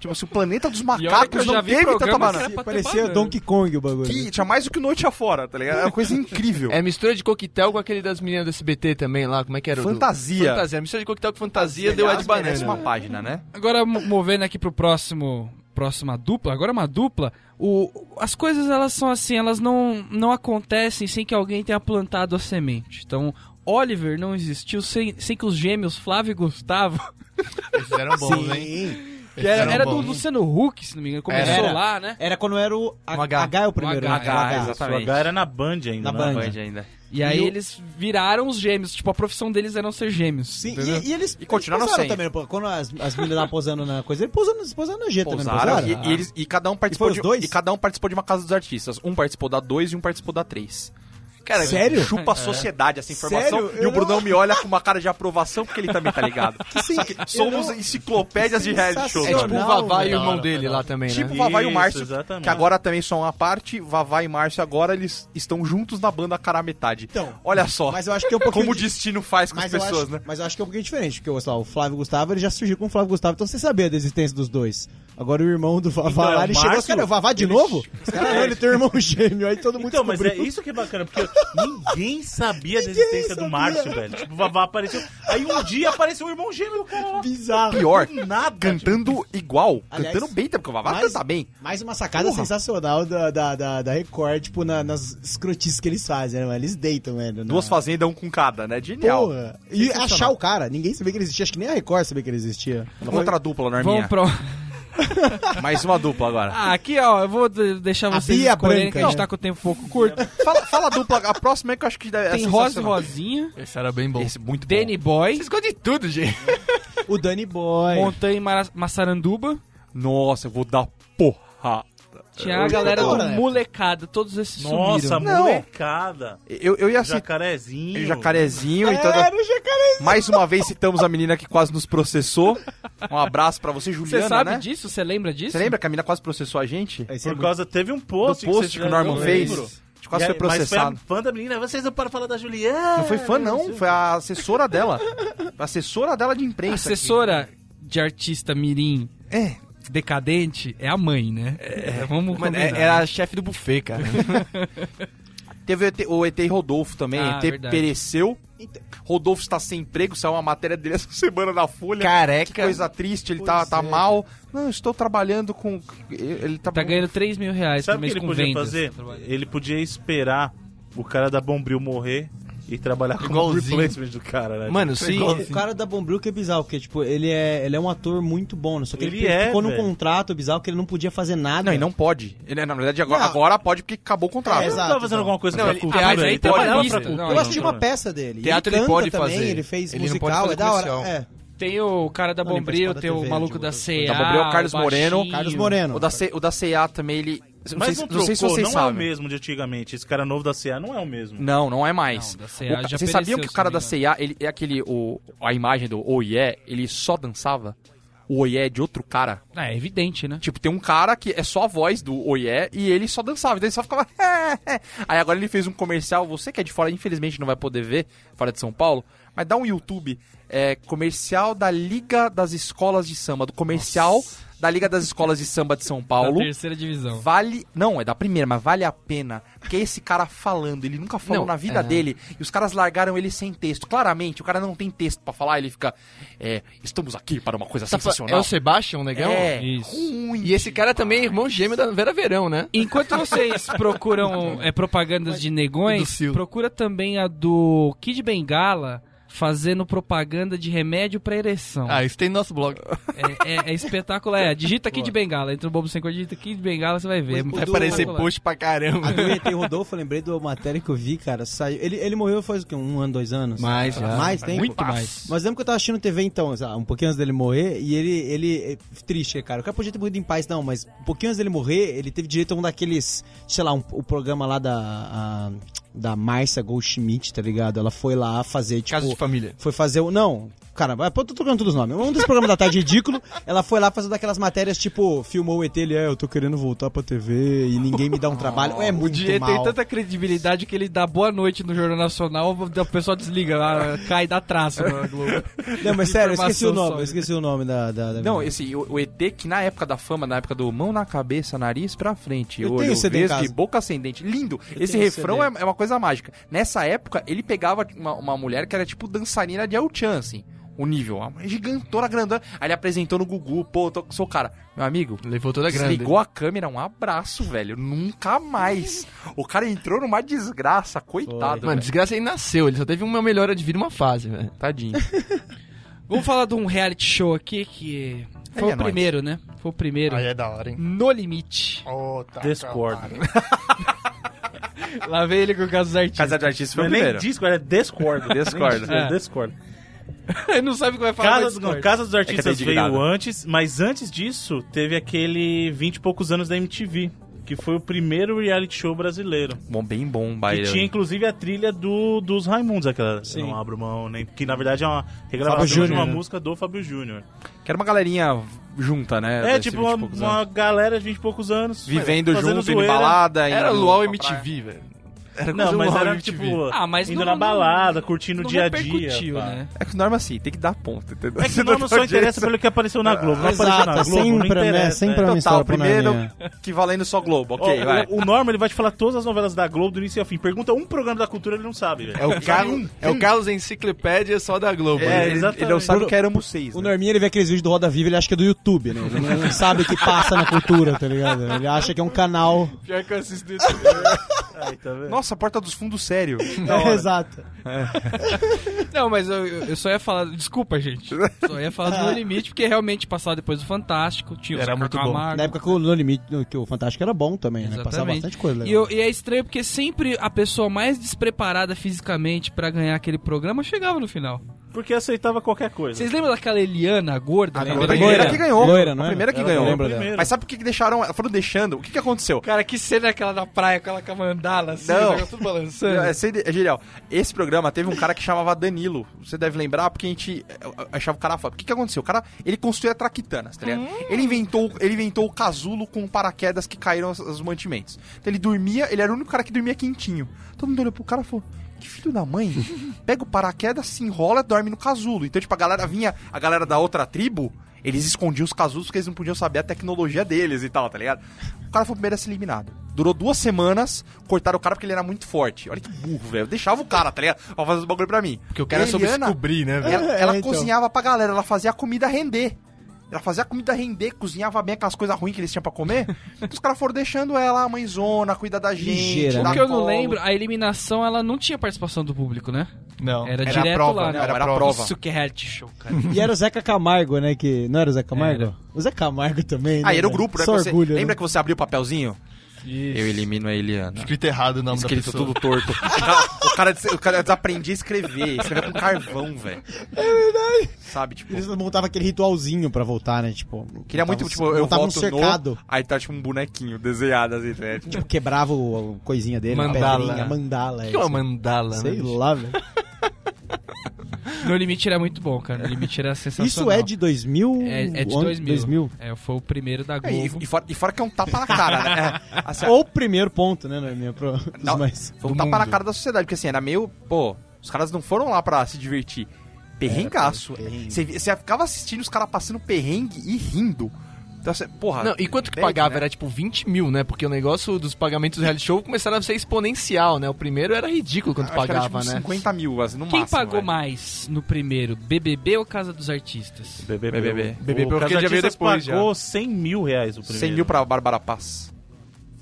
Tipo assim, o planeta dos
E olha que eu
macacos
já
não
vi
teve tanta
programa assim.
banana.
que era pra ter
Parecia
banana.
Donkey Kong o bagulho.
Que tinha mais do que noite afora, tá ligado? Era uma coisa incrível.
É mistura de coquetel com aquele das meninas do SBT também lá, como é que era? o do-
Fantasia.
Fantasia, é mistura de coquetel com fantasia, deu
Aliás,
Ed
merece
Banana.
uma página, né?
Agora, mo- movendo aqui pro próximo. Próxima dupla, agora é uma dupla. O, as coisas elas são assim, elas não, não acontecem sem que alguém tenha plantado a semente. Então, Oliver não existiu sem, sem que os gêmeos Flávio e Gustavo,
Eles eram bons, hein?
que era,
eram
era do
bons.
Luciano Huck, se não me engano, começou
Era.
lá, né?
Era quando era o,
O
H,
H.
H é o primeiro.
O
né?
H,
Sua H era na Band ainda,
Na
né?
Band.
ainda.
E aí
E o-
eles viraram os gêmeos, tipo, a profissão deles eram ser gêmeos.
Sim,
entendeu?
e, e eles.
E continuaram
eles pousaram
sem.
também, pô. Quando as, as meninas estavam posando na coisa, eles posaram, eles posaram no G também, não
Pousaram,
posaram?
e, e eles, e, cada um participou
E foi os
de,
dois?
e cada um participou de uma casa dos artistas. Um participou da 2 e um participou da 3. Cara,
Sério?
chupa a
É.
sociedade essa informação.
Sério?
E
Eu
o Brunão me olha com uma cara de aprovação porque ele também tá ligado.
Ah, sim,
Só que
eu
somos
não-
enciclopédias de reality shows.
É tipo o
Não,
Vavá e
velho.
o irmão dele lá também,
Tipo
né?
Vavá e o
Isso,
Márcio,
exatamente.
que agora também são uma parte. Vavá e Márcio agora eles estão juntos na banda cara à metade.
Então,
Olha só
Mas eu acho que é um pouquinho.
como o
di-
destino faz com as
mas eu
pessoas,
acho,
né?
Mas eu acho que é um pouquinho diferente, porque sei lá, o Flávio Gustavo ele já surgiu com o Flávio Gustavo, então você sabia da existência dos dois. Agora o irmão do Vavá
Então, é
lá,
o
ele chegou.
Márcio,
Cara, o Vavá de
ele-
novo? Caralho, ele tem um irmão gêmeo, aí todo mundo
Então, mas é
descobriu.
isso que é bacana, porque ninguém sabia da existência do
sabia.
Márcio, velho. Tipo, o Vavá apareceu. Aí um dia apareceu o irmão gêmeo do cara lá.
bizarro.
Pior,
Do nada.
cantando igual,
Aliás,
cantando bem, porque o Vavá
mas-
canta bem.
Mais uma sacada
Porra.
sensacional da, da, da, da Record, tipo, na- nas escrotices que eles fazem, né, mano? Eles deitam, velho. na-
Duas fazendas, um com cada, né? Genial.
Porra. E achar o cara. Ninguém sabia que ele existia. Acho que nem a Record sabia que ele existia.
Outra dupla,
Vamos
Norminha.
pro...
Mais uma dupla agora.
Ah, aqui ó, eu vou de- deixar
A
vocês
Bia
escolherem que
Branca,
a gente
né? É
tá com o tempo um pouco curto.
Fala, fala a dupla, a próxima é que eu acho que deve é
Tem Rosa e
sensacional.
É
Rosinha,
Esse era bem bom.
Esse é muito bom.
Danny Boy,
Vocês gostam de tudo, gente.
O Danny Boy.
Montanha e Mara- Massaranduba.
Nossa, eu vou dar porra.
Tinha a galera do
Agora, né?
molecada, todos esses sumiram.
Nossa,
Não. Assim,
molecada.
Eu, eu ia citar
Jacarezinho.
É,
Jacarezinho e toda. Mais uma vez citamos a menina que quase nos processou. Um abraço pra você, Juliana.
Você sabe
né?
disso? Você lembra disso?
Você lembra que a menina quase processou a gente? Do
é
Por causa, teve um
post
post,
que, o Norman
eu
fez.
lembro.
A gente quase
E aí-
foi processado.
Mas foi a fã da menina, vocês não param de falar da Juliana.
Não foi fã, não. Foi a assessora dela. A assessora dela de imprensa.
Assessora de artista mirim
É.
decadente é a mãe, né? É, vamos
Mano,
combinar.
é- era chefe do buffet, cara.
Teve o ET, o ET Rodolfo também.
Ah,
ET
verdade.
pereceu. Rodolfo está sem emprego. Saiu uma matéria dele essa semana na Folha.
Careca.
Que coisa triste. Ele tá, tá mal. Não, estou trabalhando com... Ele tá...
é. Tá ganhando 3 mil reais
Sabe o
por
que
mês
ele
com
podia
vendas.
fazer? Ele podia esperar o cara da Bombril morrer e trabalhar com o
Igualzinho.
replacement do cara, né?
Mano, sim.
O cara da Bombril que é bizarro, porque, tipo, ele é, ele é um ator muito bom, né? Só que ele,
Ele é,
ficou num
velho.
contrato bizarro que ele não podia fazer nada.
Ah, Não, e não pode. Ele, na verdade, agora, agora pode porque acabou o contrato.
É,
ele não
exato,
tava fazendo
não.
alguma coisa
Não,
pra
ele-
cultura. né?
aliás,
ele
ele
trabalhava
trabalhista.
pra cultura.
Não,
Eu assisti
Então,
uma peça dele.
Teatro
ele
ele
canta
pode
também,
fazer.
Ele fez
Ele não pode
musical,
fazer
é da hora.
comercial.
É.
Tem o cara da
Não, nem
Bombril,
participou da
tem o
TV,
maluco
digo,
da
da
CEA.
Bombril, é o Carlos
baixinho.
Moreno.
Carlos Moreno.
O da, C, o da CA também, ele... Não
Mas
sei,
não,
não sei se
trocou,
vocês
não é o
sabem.
mesmo de antigamente. Esse cara novo da CA não é o mesmo.
Não, não é mais.
Não, da C&A
O ca-
já
Vocês sabiam
pereceu,
que o
se
cara
não
da
me
CA, ele é aquele. O, a imagem do Oiê, ele só dançava? O Oiê é de outro cara.
Ah, é evidente, né?
Tipo, tem um cara que é só a voz do Oiê e ele só dançava. Então ele só ficava. Aí agora ele fez um comercial, você que é de fora, infelizmente não vai poder ver, fora de São Paulo, mas dá um YouTube. É, comercial da Liga das Escolas de Samba. Do comercial da Liga das Escolas de Samba de São Paulo.
Tá
Da terceira divisão.
Vale. Não, é da primeira, mas vale a pena. Porque é esse cara falando, ele nunca falou
Não,
na vida
é.
dele. E os caras largaram ele sem texto. Claramente, o cara não tem texto pra falar, ele fica. É, estamos aqui para uma coisa
É
sensacional.
o Sebastião, negão?
É,
Isso.
ruim.
E esse cara também é irmão gêmeo da Vera Verão, né?
Enquanto vocês procuram é, propagandas de
E do
negões,
Sil.
procura também a do Kid Bengala fazendo propaganda de remédio pra ereção.
Ah, isso tem no nosso blog.
É, é- é espetacular. É, digita Kid Bengala. Entra o Bobo Sem Cor, digita Kid Bengala, você vai ver.
Mas
É
o
Vai
do-
parecer
espetacular.
post pra caramba.
A do ET Rodolfo, eu lembrei de uma matéria que eu vi, cara. Saiu. Ele, ele morreu faz o quê? Um ano, dois anos?
Mais, já.
Mais tempo?
Muito mais.
Mas lembro que eu tava assistindo TV então, sabe, um pouquinho antes dele morrer, e ele, ele. é Triste, cara. O cara podia ter morrido em paz, não, mas um pouquinho antes dele morrer, ele teve direito a um daqueles. Sei lá, um- o programa lá da. a- da Márcia Goldschmidt, tá ligado? Ela foi lá fazer, tipo.
Caso de família.
Foi fazer o. Não, caramba, eu tô trocando todos os nomes. Um dos programas da tarde ridículo, ela foi lá fazer daquelas matérias tipo, filmou o ET, ele é, eu tô querendo voltar pra TV e ninguém me dá um trabalho. É
O
muito
dia tem
mal.
tanta credibilidade que ele dá boa noite no Jornal Nacional, o pessoal desliga, lá, cai da traço na Globo.
Não, mas sério, eu esqueci o
informação
nome,
só,
eu esqueci o nome da. da, da
Não,
menina.
esse, o, o ET que na época da fama, na época do mão na cabeça, nariz pra frente,
Eu tenho
olho
esse CD em
vesgo e
casa.
boca ascendente. Lindo! esse
tenho
refrão é,
CD.
é uma coisa mágica. Nessa época, ele pegava uma, uma mulher que era tipo dançarina de El-Chan, assim. O nível, uma gigantona, grandona. Aí ele apresentou no Gugu, pô, tô, sou o cara. Meu amigo,
Levou toda a grana.
Desligou a câmera, um abraço, velho. Nunca mais. O cara entrou numa desgraça, coitado.
Mano,
Mano,
desgraça ele nasceu, ele só teve uma melhora de vida uma fase, velho.
tadinho.
Vamos falar de um reality show aqui que foi
Aí é
o primeiro, né? Foi o primeiro.
Aí é da hora, hein?
No Limite.
Ô, tá.
Discord.
Lá vem ele com o caso dos artistas.
de Artistas
Não é nem Discord, é Discord.
Discord.
Nem É. Discord.
ele não sabe o que vai falar.
Casa,
mas
não,
discorda.
Casa dos
tem
Artistas
dignidade.
veio antes, mas antes disso teve aquele 20 e poucos anos da MTV, que foi o primeiro reality show brasileiro.
Bom, bem bom,
E
baile.
tinha inclusive a trilha do, dos Raimundos, aquela Eu Não Abro Mão, nem, que na verdade é uma regravação de
Júnior,
uma
né?
música do Fábio Júnior.
Que era uma galerinha junta, né?
É,
desse
tipo
20 e
uma,
poucos
uma
anos.
galera de 20 e poucos anos.
Vivendo
fazendo
junto, indo em
zoeira.
balada.
Era
indo
Luau
pra
MTV, velho. Era
Não,
coisa
mas
Luau
era
MTV.
tipo
Ah, mas
indo
não-
na
não-
balada, curtindo o
Não
dia a dia.
repercutiu,
pá.
né?
É que o norma assim, tem que dar ponto, entendeu?
É que não, não só interessa pelo que apareceu na Globo. Não apareceu na
Exato,
Globo, não
sempre, né?
interessa.
Sempre
é.
uma
Então tá,
história
o
pra
primeiro
Naninha.
que valendo só Globo, ok,
Ó,
vai.
o, o Norma, ele vai te falar todas as novelas da Globo do início ao fim. Pergunta um programa da cultura, ele não sabe, velho.
É o, Carlos, é o Carlos Enciclopédia só da Globo.
É,
né?
ele,
exatamente.
ele não sabe o que éramos seis.
O
né?
Norminha, ele vê aqueles vídeos do Roda Viva, ele acha que é do YouTube, né? Ele não sabe o que passa na cultura, tá ligado? Ele acha que é um canal.
Pior que eu assisto isso.
Aí, tá vendo?
Nossa, Porta dos Fundos, sério.
É, exato.
Não, mas eu, eu só ia falar. Desculpa, gente. Só ia
Ah.
falar do No Limite, porque realmente passava depois do Fantástico. Tinha
Era
o
muito bom.
Na época que o No Limite, que o Fantástico era bom também, né? Passava
Exatamente.
bastante coisa.
E,
legal.
eu- e é estranho porque sempre a pessoa mais despreparada fisicamente pra ganhar aquele programa chegava no final.
Porque aceitava qualquer coisa.
Vocês lembram daquela Eliana gorda?
Ah,
A
né?
primeira
Loira.
que ganhou.
Loira, não
a
é?
primeira que
Ela
ganhou.
ganhou a primeira.
Mas sabe por que que deixaram? Foram deixando. O que, que aconteceu?
Cara, que cena é aquela da praia, aquela com a mandala, assim,
tá
Não.
o negócio tudo balançando.
É, sei- é genial. Esse programa teve um cara que chamava Danilo. Você deve lembrar, porque a gente é, achava o cara foda. O que, que aconteceu? O cara, ele construía traquitanas, tá ligado? Ele, inventou, ele inventou o casulo com paraquedas que caíram os- os mantimentos. Então ele dormia, ele era o único cara que dormia quentinho. Todo mundo olhou pro cara e falou. Que filho da mãe, pega o paraquedas, se enrola, dorme no casulo. Então, tipo, a galera vinha, a galera da outra tribo, eles escondiam os casulos porque eles não podiam saber a tecnologia deles e tal, tá ligado? O cara foi o primeiro a ser eliminado. Durou duas semanas, cortaram o cara porque ele era muito forte. Olha que burro, velho. Eu Deixava o cara, tá ligado? Pra fazer os bagulho pra mim.
Porque o cara soube
Eliana,
descobrir, né, velho?
Ela, ela
É, então.
cozinhava pra galera, ela fazia a comida render. Ela fazia a comida render, cozinhava bem aquelas coisas ruins que eles tinham pra comer. os caras foram deixando ela, a mãezona, cuida da gente.
Ligeira,
dá
né?
O que eu não
colo.
lembro, a eliminação ela não tinha participação do público, né?
Não.
Era,
a
direto
prova,
lá, né?
não,
Era a prova.
Isso que é reality show, cara.
E era o Zeca Camargo, né? Que... Não era o Zeca Camargo?
Era.
O Zeca Camargo também.
Ah,
né,
era o
velho?
grupo, né?
Só
que você-
orgulho,
lembra
né?
que você abriu o papelzinho? Eu elimino a Eliana.
Escrito errado o nome
Escrito
da pessoa.
tudo torto. O cara, o cara, é des- o cara desaprendia a escrever. Escrevia com carvão, velho. É verdade. Sabe, tipo...
Eles montavam aquele ritualzinho pra voltar, né? Tipo.
Queria muito,
montavam-
tipo, eu
montavam
voto
um cercado.
no... Aí tá, tipo, um bonequinho desenhado, assim, né? Tipo,
Tipo, quebrava o, a coisinha dele,
Mandala.
a pedrinha, mandala.
O
é
que é uma
isso.
mandala, né?
Sei
bicho?
lá, velho.
No Limite era muito bom, cara. No Limite era sensacional.
Isso é de um 2000?
É, é de
Onde-
2000. É, foi o primeiro da
é, e,
Globo.
e fora, e fora que é um tapa na cara, né? É, assim,
Ou o primeiro ponto, né, Norminha? Pro,
Não.
dos mais.
Foi um
Do
tapa na
mundo.
cara da sociedade, porque assim, era meio. Pô, os caras não foram lá pra se divertir. Perrengaço. Você vi- você ficava assistindo os caras passando perrengue e rindo. Então, você, porra.
Não, e quanto que
Bad,
pagava?
né?
Era tipo 20 mil, né? Porque o negócio dos pagamentos do reality show começaram a ser exponencial, né? O primeiro era ridículo quanto
acho que era,
pagava,
tipo,
né?
50 mil, assim, no
Quem
máximo.
pagou
velho.
mais no primeiro, BBB ou Casa dos Artistas?
BBB.
BBB.
BBB,
O
porque
Casa
já veio
Artistas
depois, já.
pagou 100 mil reais o primeiro.
100 mil pra Bárbara Paz.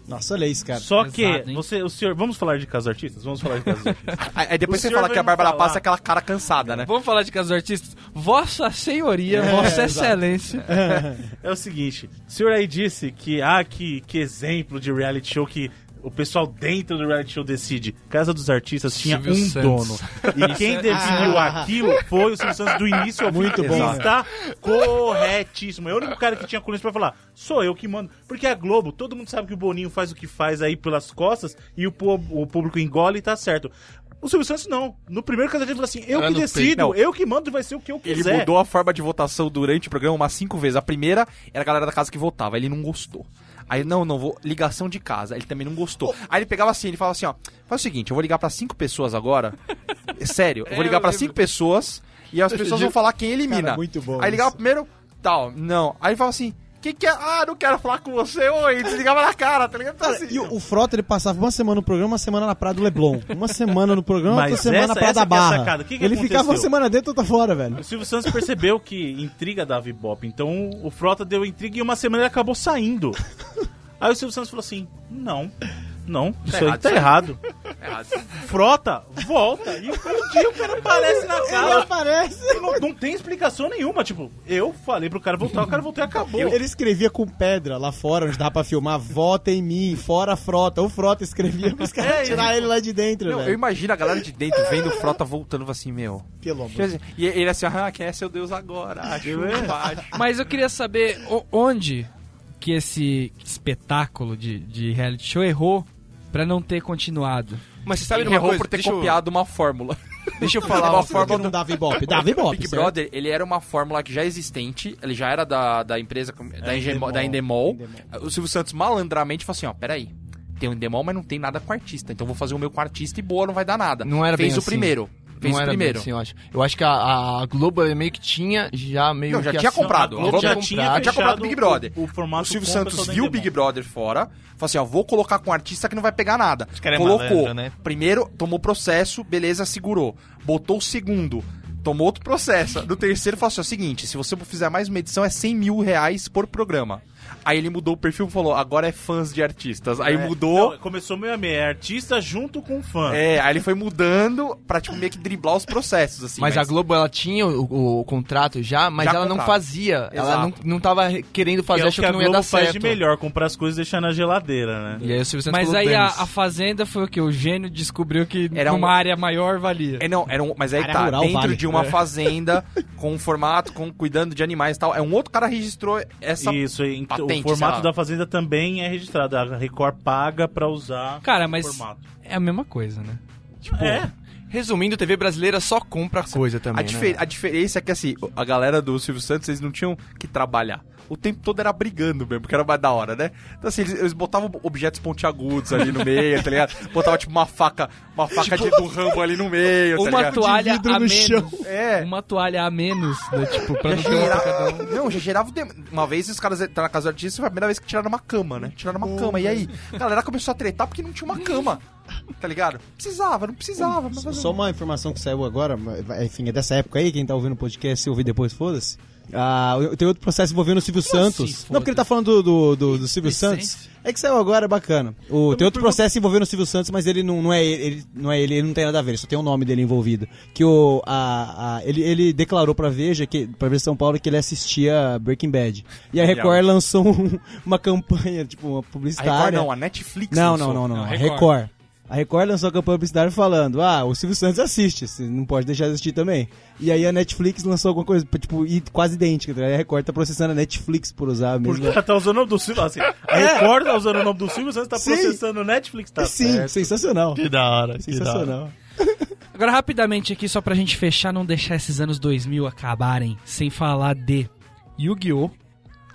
Nossa, olha isso, cara.
Só
Pesado,
que,
hein?
você, o senhor, vamos falar de Casa Artistas? Vamos falar de Casa Artistas.
Aí, aí depois
O
você
senhor
fala que a
vai me
Bárbara
falar.
Paz é aquela cara cansada, né?
Vamos falar de Casa dos Artistas? Vossa Senhoria,
É,
Vossa
exato.
Excelência.
é o seguinte, o senhor aí disse que, ah, que, que exemplo de reality show que o pessoal dentro do reality show decide. Casa dos Artistas tinha
Silvio
um
Santos.
dono. E quem definiu aquilo foi o Silvio Santos do início ao fim.
Muito
E
bom.
está corretíssimo. É o único cara que tinha coluna pra falar, sou eu que mando. Porque a Globo, todo mundo sabe que o Boninho faz o que faz aí pelas costas e o, po- o público engole e tá certo. O Silvio Santos não. No primeiro caso ele falou assim, eu
Era
que
É no peito.
decido,
Não.
eu que mando, vai ser o que eu
Ele
quiser.
mudou a forma de votação durante o programa umas cinco vezes. A primeira era a galera da casa que votava, ele não gostou. Aí, não, não, vou. Ligação de casa, ele também não gostou. Aí ele pegava assim, ele falava assim, ó. Faz o seguinte, eu vou ligar pra cinco pessoas agora. Sério, eu vou ligar pra cinco pessoas e as pessoas vão falar quem elimina.
Cara, muito bom
Aí ligava
isso.
primeiro, tal, não. Aí ele falava assim, quem que é? Ah, não quero falar com você, oi. E Desligava na cara, tá ligado? Então, assim,
E o, o Frota, ele passava uma semana no programa, uma semana na Praia do Leblon. Uma semana no programa,
Mas
outra semana
essa-
na Praia
essa
da
que é a
Barra.
sacada. O que que
ele
aconteceu?
ficava uma semana dentro, outra fora, velho.
O Silvio Santos percebeu que intriga dava ibope, então o Frota deu intriga e uma semana ele acabou saindo. Aí o Silvio Santos falou assim: não, não, isso aí
errado,
tá
isso aí.
errado.
errado.
Frota, volta. E um dia o cara aparece na cara.
aparece.
Não, não tem explicação nenhuma. Tipo, eu falei pro cara voltar, o cara voltou e acabou.
Ele escrevia com pedra lá fora, onde dava pra filmar, vota em mim, fora a frota. O frota escrevia pros caras
É,
tirar ele lá de dentro,
Não, eu
velho.
imagino a galera de dentro vendo o Frota voltando fala assim, meu.
Pelo amor.
Quer dizer, E ele assim, ah, quem é seu Deus agora? Acho baixo.
Mas eu queria saber o- onde que esse espetáculo de, de reality show errou pra não ter continuado.
Mas você
Sabe ele errou por ter copiado uma fórmula. Deixa eu falar uma
Por que
fórmula
não
do
dava ibope? Dava ibope,
Big
certo?
Brother, ele era uma fórmula que já existente, ele já era da, da empresa, com- da, É, Endemol.
Endemol.
da Endemol.
Endemol.
O Silvio Santos malandramente falou assim, ó, peraí, tem o Endemol, mas não tem nada com artista, então vou fazer o meu com artista e boa, não vai dar nada.
Não era
Fez
bem
o
assim.
primeiro, fez
não
o
era bem
primeiro.
assim, eu acho. Eu acho que a, a Globo meio que tinha já meio
Não, já
que
tinha
ação-
comprado. A
A Globo
Globo
já
já
tinha
Ah,
comprado.
tinha comprado o Big Brother.
O, o formato
O Silvio
compra, só
Santos
não
viu o
entendeu.
Big Brother fora, falou assim, ó, vou colocar com um artista que não vai pegar nada.
Os cara é
Colocou.
malandro, né?
Primeiro, tomou processo, beleza, segurou. Botou o segundo, tomou outro processo. No terceiro, falou assim, ó, seguinte, se você fizer mais uma edição, é 100 mil reais por programa. Aí ele mudou o perfil e falou, agora é fãs de artistas. Aí mudou.
É. Não, começou meio a meio, é artista junto com fã.
É, aí ele foi mudando pra, tipo, meio que driblar os processos, assim.
Mas, a Globo, ela tinha o, o- o contrato já, mas
Já
ela não
contrato.
fazia. Ela não, não tava querendo
Que
fazer,
é o
achou
que
que,
a
não ia
Globo
dar
faz
certo.
de melhor, comprar as coisas e deixar na geladeira, né?
E aí o Silvio Santos
Mas
falou,
aí a,
"Dane-se."
a fazenda foi o que? O gênio descobriu que
Era
numa
um-
área maior valia.
É, não, era um, mas aí
Área
tá,
rural,
dentro
vale.
de uma fazenda, com um formato, com cuidando de animais e tal. É um outro cara registrou essa.
Isso, e então,
patente,
o formato
sei lá.
da Fazenda também é registrado. A Record paga pra usar
Cara,
o
mas
formato.
é a mesma coisa, né?
é,
Resumindo, TV brasileira só compra coisa
A,
também, né?
dife- a diferença é que, assim, a galera do Silvio Santos, eles não tinham que trabalhar. O tempo todo era brigando mesmo, porque era mais da hora, né? Então, assim, eles, eles botavam objetos pontiagudos ali no meio, tá ligado? Botavam, tipo, uma faca, uma faca de, do rambo ali no meio, tá
Uma
ligado?
toalha
vidro
a
no
menos.
chão.
É.
Uma toalha a menos, né? Tipo, pra
Já
não ter uma pra cada
gerava, não, já gerava o dem- Uma vez os caras entraram na casa do artista, foi a primeira vez que tiraram uma cama, né? Tiraram uma cama. E aí, a galera começou a tretar porque não tinha uma cama. Tá ligado? Precisava, não precisava. Mas fazer
Só uma informação que saiu agora, mas, enfim, é dessa época aí, quem tá ouvindo o podcast, se ouvir depois, foda-se. Ah, eu- tem outro processo envolvendo o Silvio Santos. não, porque ele tá falando do, do, do- do Silvio Santos. É que saiu agora, é bacana. O, tem outro processo envolvendo o Silvio Santos, mas ele não, não é ele, ele não é ele, ele não tem nada a ver, ele só tem o nome dele envolvido. Que o a, a- ele, ele declarou pra Veja que para Veja São Paulo que ele assistia Breaking Bad. E a Record lançou um- uma campanha, tipo uma
a
publicitária.
Record não, a Netflix.
Não,
lançou.
não, não, não.
Não,
A
Record.
Record. A Record lançou a campanha publicitária falando: Ah, o Silvio Santos assiste, você não pode deixar de assistir também. E aí a Netflix lançou alguma coisa, tipo, i- quase idêntica. tá ligado? A Record tá processando a Netflix por usar a
porque
mesma.
ela tá usando o nome do Silvio. Assim, a Record tá usando o nome do Silvio, você tá
Sim.
processando o Netflix, tá
Sim,
certo.
sensacional.
Que da hora. que da hora.
Sensacional.
Agora, rapidamente aqui, só pra gente fechar, não deixar esses anos 2000 acabarem sem falar de Yu-Gi-Oh!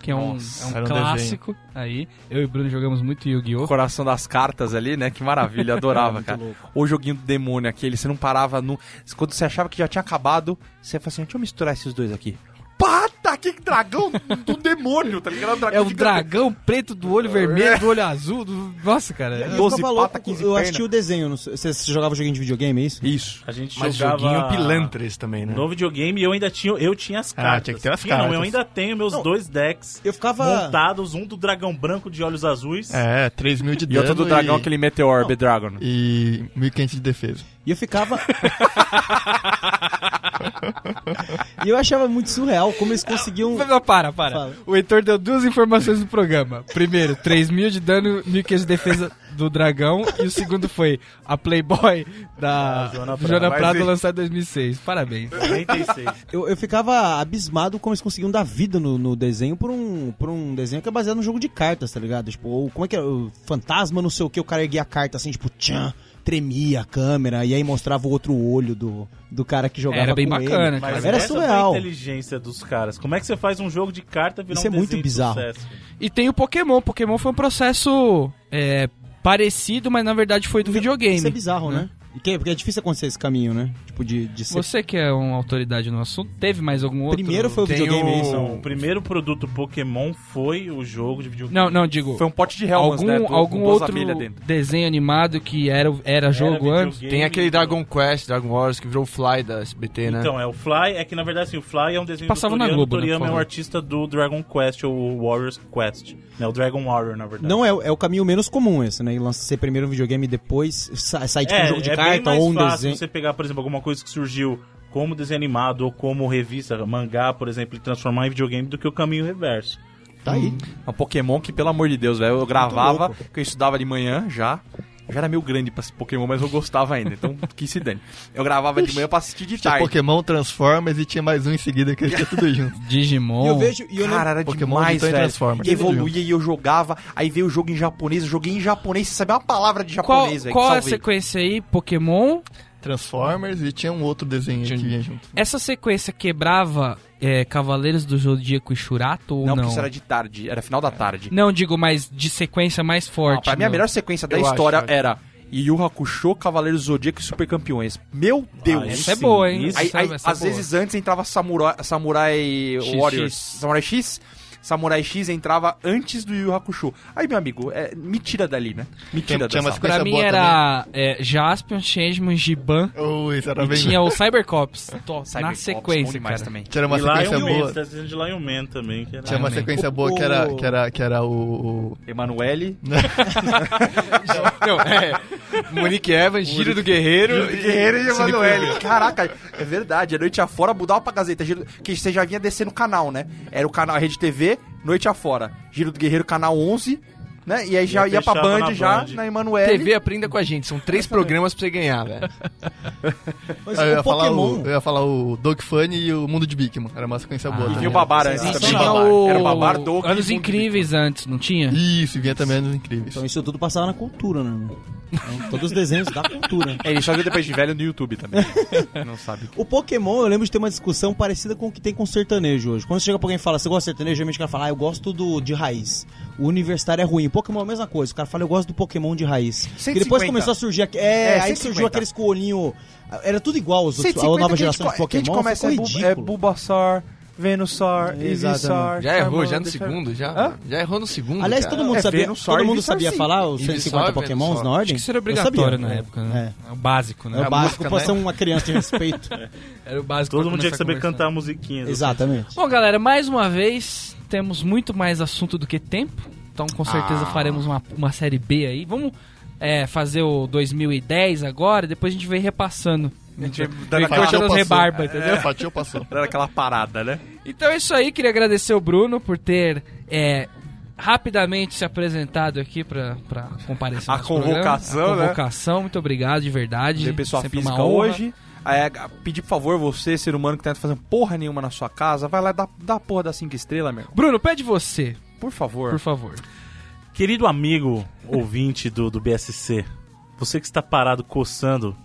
Que é um,
Nossa,
é um
era um
clássico. Aí, eu e o Bruno jogamos muito
O
Yu-Gi-Oh!
coração das cartas ali, né? Que maravilha, adorava, cara. O joguinho do demônio aquele, você não parava no. Quando você achava que já tinha acabado, você falava assim: deixa eu misturar esses dois aqui. Pata, que dragão do demônio, tá ligado?
É o
gigante.
dragão preto do olho vermelho, do olho azul. do- Nossa, cara.
É.
Eu
12
ficava
pata,
louco,
15
Eu
perna.
assisti o desenho. não sei- Você você jogava joguinho de videogame, é isso?
Isso.
A gente
Mas
jogava...
joguinho pilantres também, né?
No videogame eu ainda tinha, eu tinha as
Ah,
cartas.
tinha que ter as
Tinha, Não, eu
cartas.
ainda tenho meus dois decks
Eu ficava.
montados, um do dragão branco de olhos azuis.
É, 3 mil de
E
dano.
outro do dragão, aquele Meteor, The Dragon.
E 1.500 de defesa.
E eu ficava. e eu achava muito surreal como eles conseguiam.
Não, para, para.
Fala.
O Heitor deu duas informações do programa. Primeiro, 3 mil de dano, 1.500 de defesa do dragão. E o segundo foi a Playboy da Joana Prado,
Mas e-
lançada em 2006. Parabéns.
96.
Eu, eu ficava abismado como eles conseguiam dar vida no, no desenho por um, por um desenho que é baseado num jogo de cartas, tá ligado? Tipo, ou como é que é? O fantasma, não sei o que, o cara erguia a carta assim, tipo, tchan, tremia a câmera, e aí mostrava o outro olho do, do cara que jogava
Era bem
com
bacana,
ele.
cara.
Mas
Era
essa
surreal.
foi a inteligência dos caras. Como é que você faz um jogo de carta virar
Isso
um
é muito
desenho
bizarro.
de sucesso?
E tem o Pokémon. Pokémon foi um processo é, parecido, mas na verdade foi do
Isso é
videogame.
bizarro, né? E que- porque é difícil acontecer esse caminho, né? Tipo, de, de ser...
Você que é uma autoridade no assunto, teve mais algum outro?
Primeiro foi o
Tem
videogame,
o-
isso.
Então, o primeiro produto Pokémon foi o jogo de videogame.
Não, não, digo.
Foi um pote de Helmas,
algum
né? Do-
algum
com duas
outro
milhas dentro.
desenho animado que era, era jogo
videogame.
antes?
Tem aquele Dragon Quest, Dragon Wars, que virou Fly da SBT, né?
Então, é o Fly, é que na verdade assim, o Fly é um desenho
Passava
do
na
Toriyama,
Globo, né,
Toriyama
por
é o
favor.
artista do Dragon Quest ou Warriors Quest, né? O Dragon Warrior, na verdade.
Não é, o- é o caminho menos comum esse, né? E lança ser primeiro um videogame e depois sa- sair tipo um jogo de
é bem
carta
mais
ou um
fácil
desenho.
você pegar, por exemplo, alguma coisa que surgiu como desenho animado ou como revista, mangá, por exemplo, e transformar em videogame do que o caminho reverso.
Tá
Hum.
aí.
Um Pokémon que, pelo amor de Deus, velho, eu gravava, porque eu estudava de manhã já. Eu já era meio grande pra esse Pokémon, mas eu gostava ainda, então que se dane. Eu gravava de manhã pra assistir de
Tinha
tarde.
Pokémon, Transformers e tinha mais um em seguida que eles tinham tudo junto.
Digimon.
E eu vejo... E eu lembro-
Cara, era
Pokémon,
demais,
então, e
velho.
Transformers.
Evoluía e eu jogava, aí veio o jogo em japonês, eu joguei em japonês, você sabia uma palavra de
Qual,
japonês, velho, que
qual é a
salvei.
sequência aí? Pokémon.
Transformers e tinha um outro desenho que vinha junto.
Essa sequência quebrava é, Cavaleiros do Zodíaco e Shurato ou
Não,
não?
porque isso era de tarde, era final da tarde.
Não, digo, mas de sequência mais forte.
Não, pra mim, a
no-
melhor sequência da
Eu acho,
história
eu acho.
era Yu Hakusho, Cavaleiros do Zodíaco e Super Campeões. Meu Deus!
Ah,
Essa é
Sim,
boa, hein?
isso
Aí,
Essa-
aí,
essa é
às
boa.
vezes antes entrava Samurai, Samurai
X,
Warriors,
X.
Samurai X. Samurai X entrava antes do Yu Yu Hakusho. Aí, meu amigo, é, me tira dali, né? Me tira
Tinha- tinha
dessa.
uma
aula.
Pra
Essa
mim
boa
era é, Jaspion, Changeman, Giban
Oh, isso era
e
bem...
tinha o Cybercops. Tô, na
Cybercops, bom
sequência,
demais
cara.
também.
Tinha uma
e Ah, Lion
sequência
Man,
boa.
você tá assistindo de Lion Man também. Que era...
Tinha uma
Lion Man.
sequência boa que era, que era, que era o... o-
Emanuele.
Não, é. Monique Evans, Giro do Guerreiro.
Guerreiro e Emanuele. Caraca, é verdade. A noite afora mudava pra Gazeta. Giro- Que você já vinha descendo o canal, né? Era o canal a Rede TV, Noite afora. Giro do Guerreiro, canal 11, né? E aí já ia pra
fechava
Band,
na
já,
Band.
na Emanuele.
TV Aprenda com a gente. São três programas pra você ganhar, velho.
Mas
Eu ia,
o
falar
é um Pokémon.
o, eu ia falar o Doug Funny e o Mundo de Bigman. Era uma sequência boa
E
também.
vinha o Babar antes
Sim,
também.
sim.
Tinha
Babar.
o...
Era o Babar, Doug
Anos
e Mundo
Incríveis antes, não tinha?
Isso, e vinha também nos Incríveis.
Então isso tudo passava na cultura, né? irmão? Então, Todos os desenhos da cultura.
É, ele só viu depois de velho no YouTube também. Não sabe.
O Pokémon, eu lembro de ter uma discussão parecida com o que tem com sertanejo hoje. Quando chega pra alguém e fala, você gosta de sertanejo? Geralmente o cara fala, ah, eu gosto do, de raiz. O universitário é ruim. Pokémon é a mesma coisa. O cara fala, eu gosto do Pokémon de raiz. Que
150.
depois começou a surgir... aque- É,
É, 150.
aí surgiu aqueles com olhinho... Era tudo igual os outros, a
150 que
nova
a gente
geração
co-
de
que a gente
Pokémon.
começa é,
ficou
bu é
ridículo.
Bulbasaur, Venusaur,
Exatamente.
Ivysaur.
Já errou,
Charmander,
já no
Char-
segundo, já.
Hã?
Já errou no segundo.
Aliás,
cara.
todo mundo
É,
sabia,
Venusaur
todo
e
mundo
Venusaur,
sabia
sim.
falar os
Venusaur,
150
Venusaur.
Pokémons na ordem?
Acho que isso era
Eu sabia,
obrigatório na
é.
época, né? É. o básico,
É,
né?
o básico
música,
pra
né?
ser uma criança de respeito.
É.
Era o básico.
Todo
pra
mundo tinha que
começar a
saber
conversar.
cantar a musiquinha.
Exatamente.
Bom, galera, mais uma vez, temos muito mais assunto do que tempo. Então, com certeza, faremos uma, uma série B aí. Vamos é, fazer o 2010 agora, e depois a gente vem repassando.
A gente dando
Vem
aquela-
fatia
cortando as
passou.
rebarba, entendeu?
É, fatiou, passou.
dando aquela parada, né?
Então é isso aí, queria agradecer o Bruno por ter é, rapidamente se apresentado aqui pra, pra comparecer ao
A
nosso programa.
convocação, né?
A convocação, muito obrigado, de verdade.
de pessoa
Sempre
física
uma honra.
hoje. É, pedir, por favor, você, ser humano que tá fazendo porra nenhuma na sua casa, vai lá dar a porra das 5 estrelas, meu.
Bruno, pede você,
Por favor.
por favor.
Querido amigo ouvinte do, do BSC, você que está parado coçando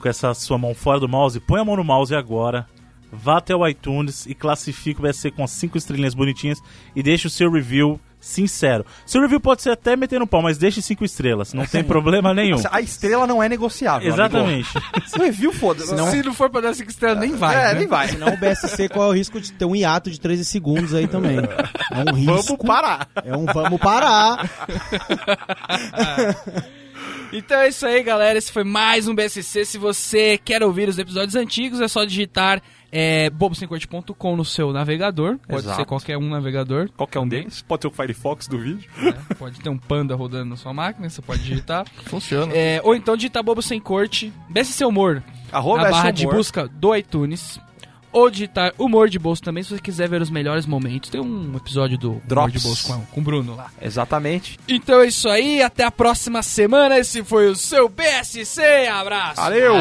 com essa sua mão fora do mouse, põe a mão no mouse agora, vá até o iTunes e classifique o BSC com as cinco estrelinhas bonitinhas e deixe o seu review sincero. Seu review pode ser até meter no pau, mas deixe cinco estrelas, não tem problema nenhum.
A estrela não é negociável.
Exatamente.
Amigo. Você viu, foda-se.
Se não for pra dar cinco estrelas, nem vai.
É,
né?
nem vai.
Senão o BSC, qual é o risco de ter um hiato de 13 segundos aí também? É um risco.
Vamos parar.
É um vamos parar.
Então é isso aí, galera. Esse foi mais um BSC. Se você quer ouvir os episódios antigos, é só digitar é, bobosemcorte.com no seu navegador. Pode
Exato.
ser qualquer um navegador.
Qualquer um deles. Pode ser o Firefox do vídeo.
né? Pode ter um panda rodando na sua máquina, você pode digitar.
Funciona.
É, ou então digitar Bobo Sem Corte, BSC Humor,
Arroba
na
essa
barra
humor.
de busca do iTunes. Ou digitar Humor de Bolso também, se você quiser ver os melhores momentos. Tem um episódio do Humor
Drops.
de Bolso com, com o Bruno lá.
Exatamente.
Então é isso aí, até a próxima semana. Esse foi Ah. o seu BSC. Abraço!
Valeu!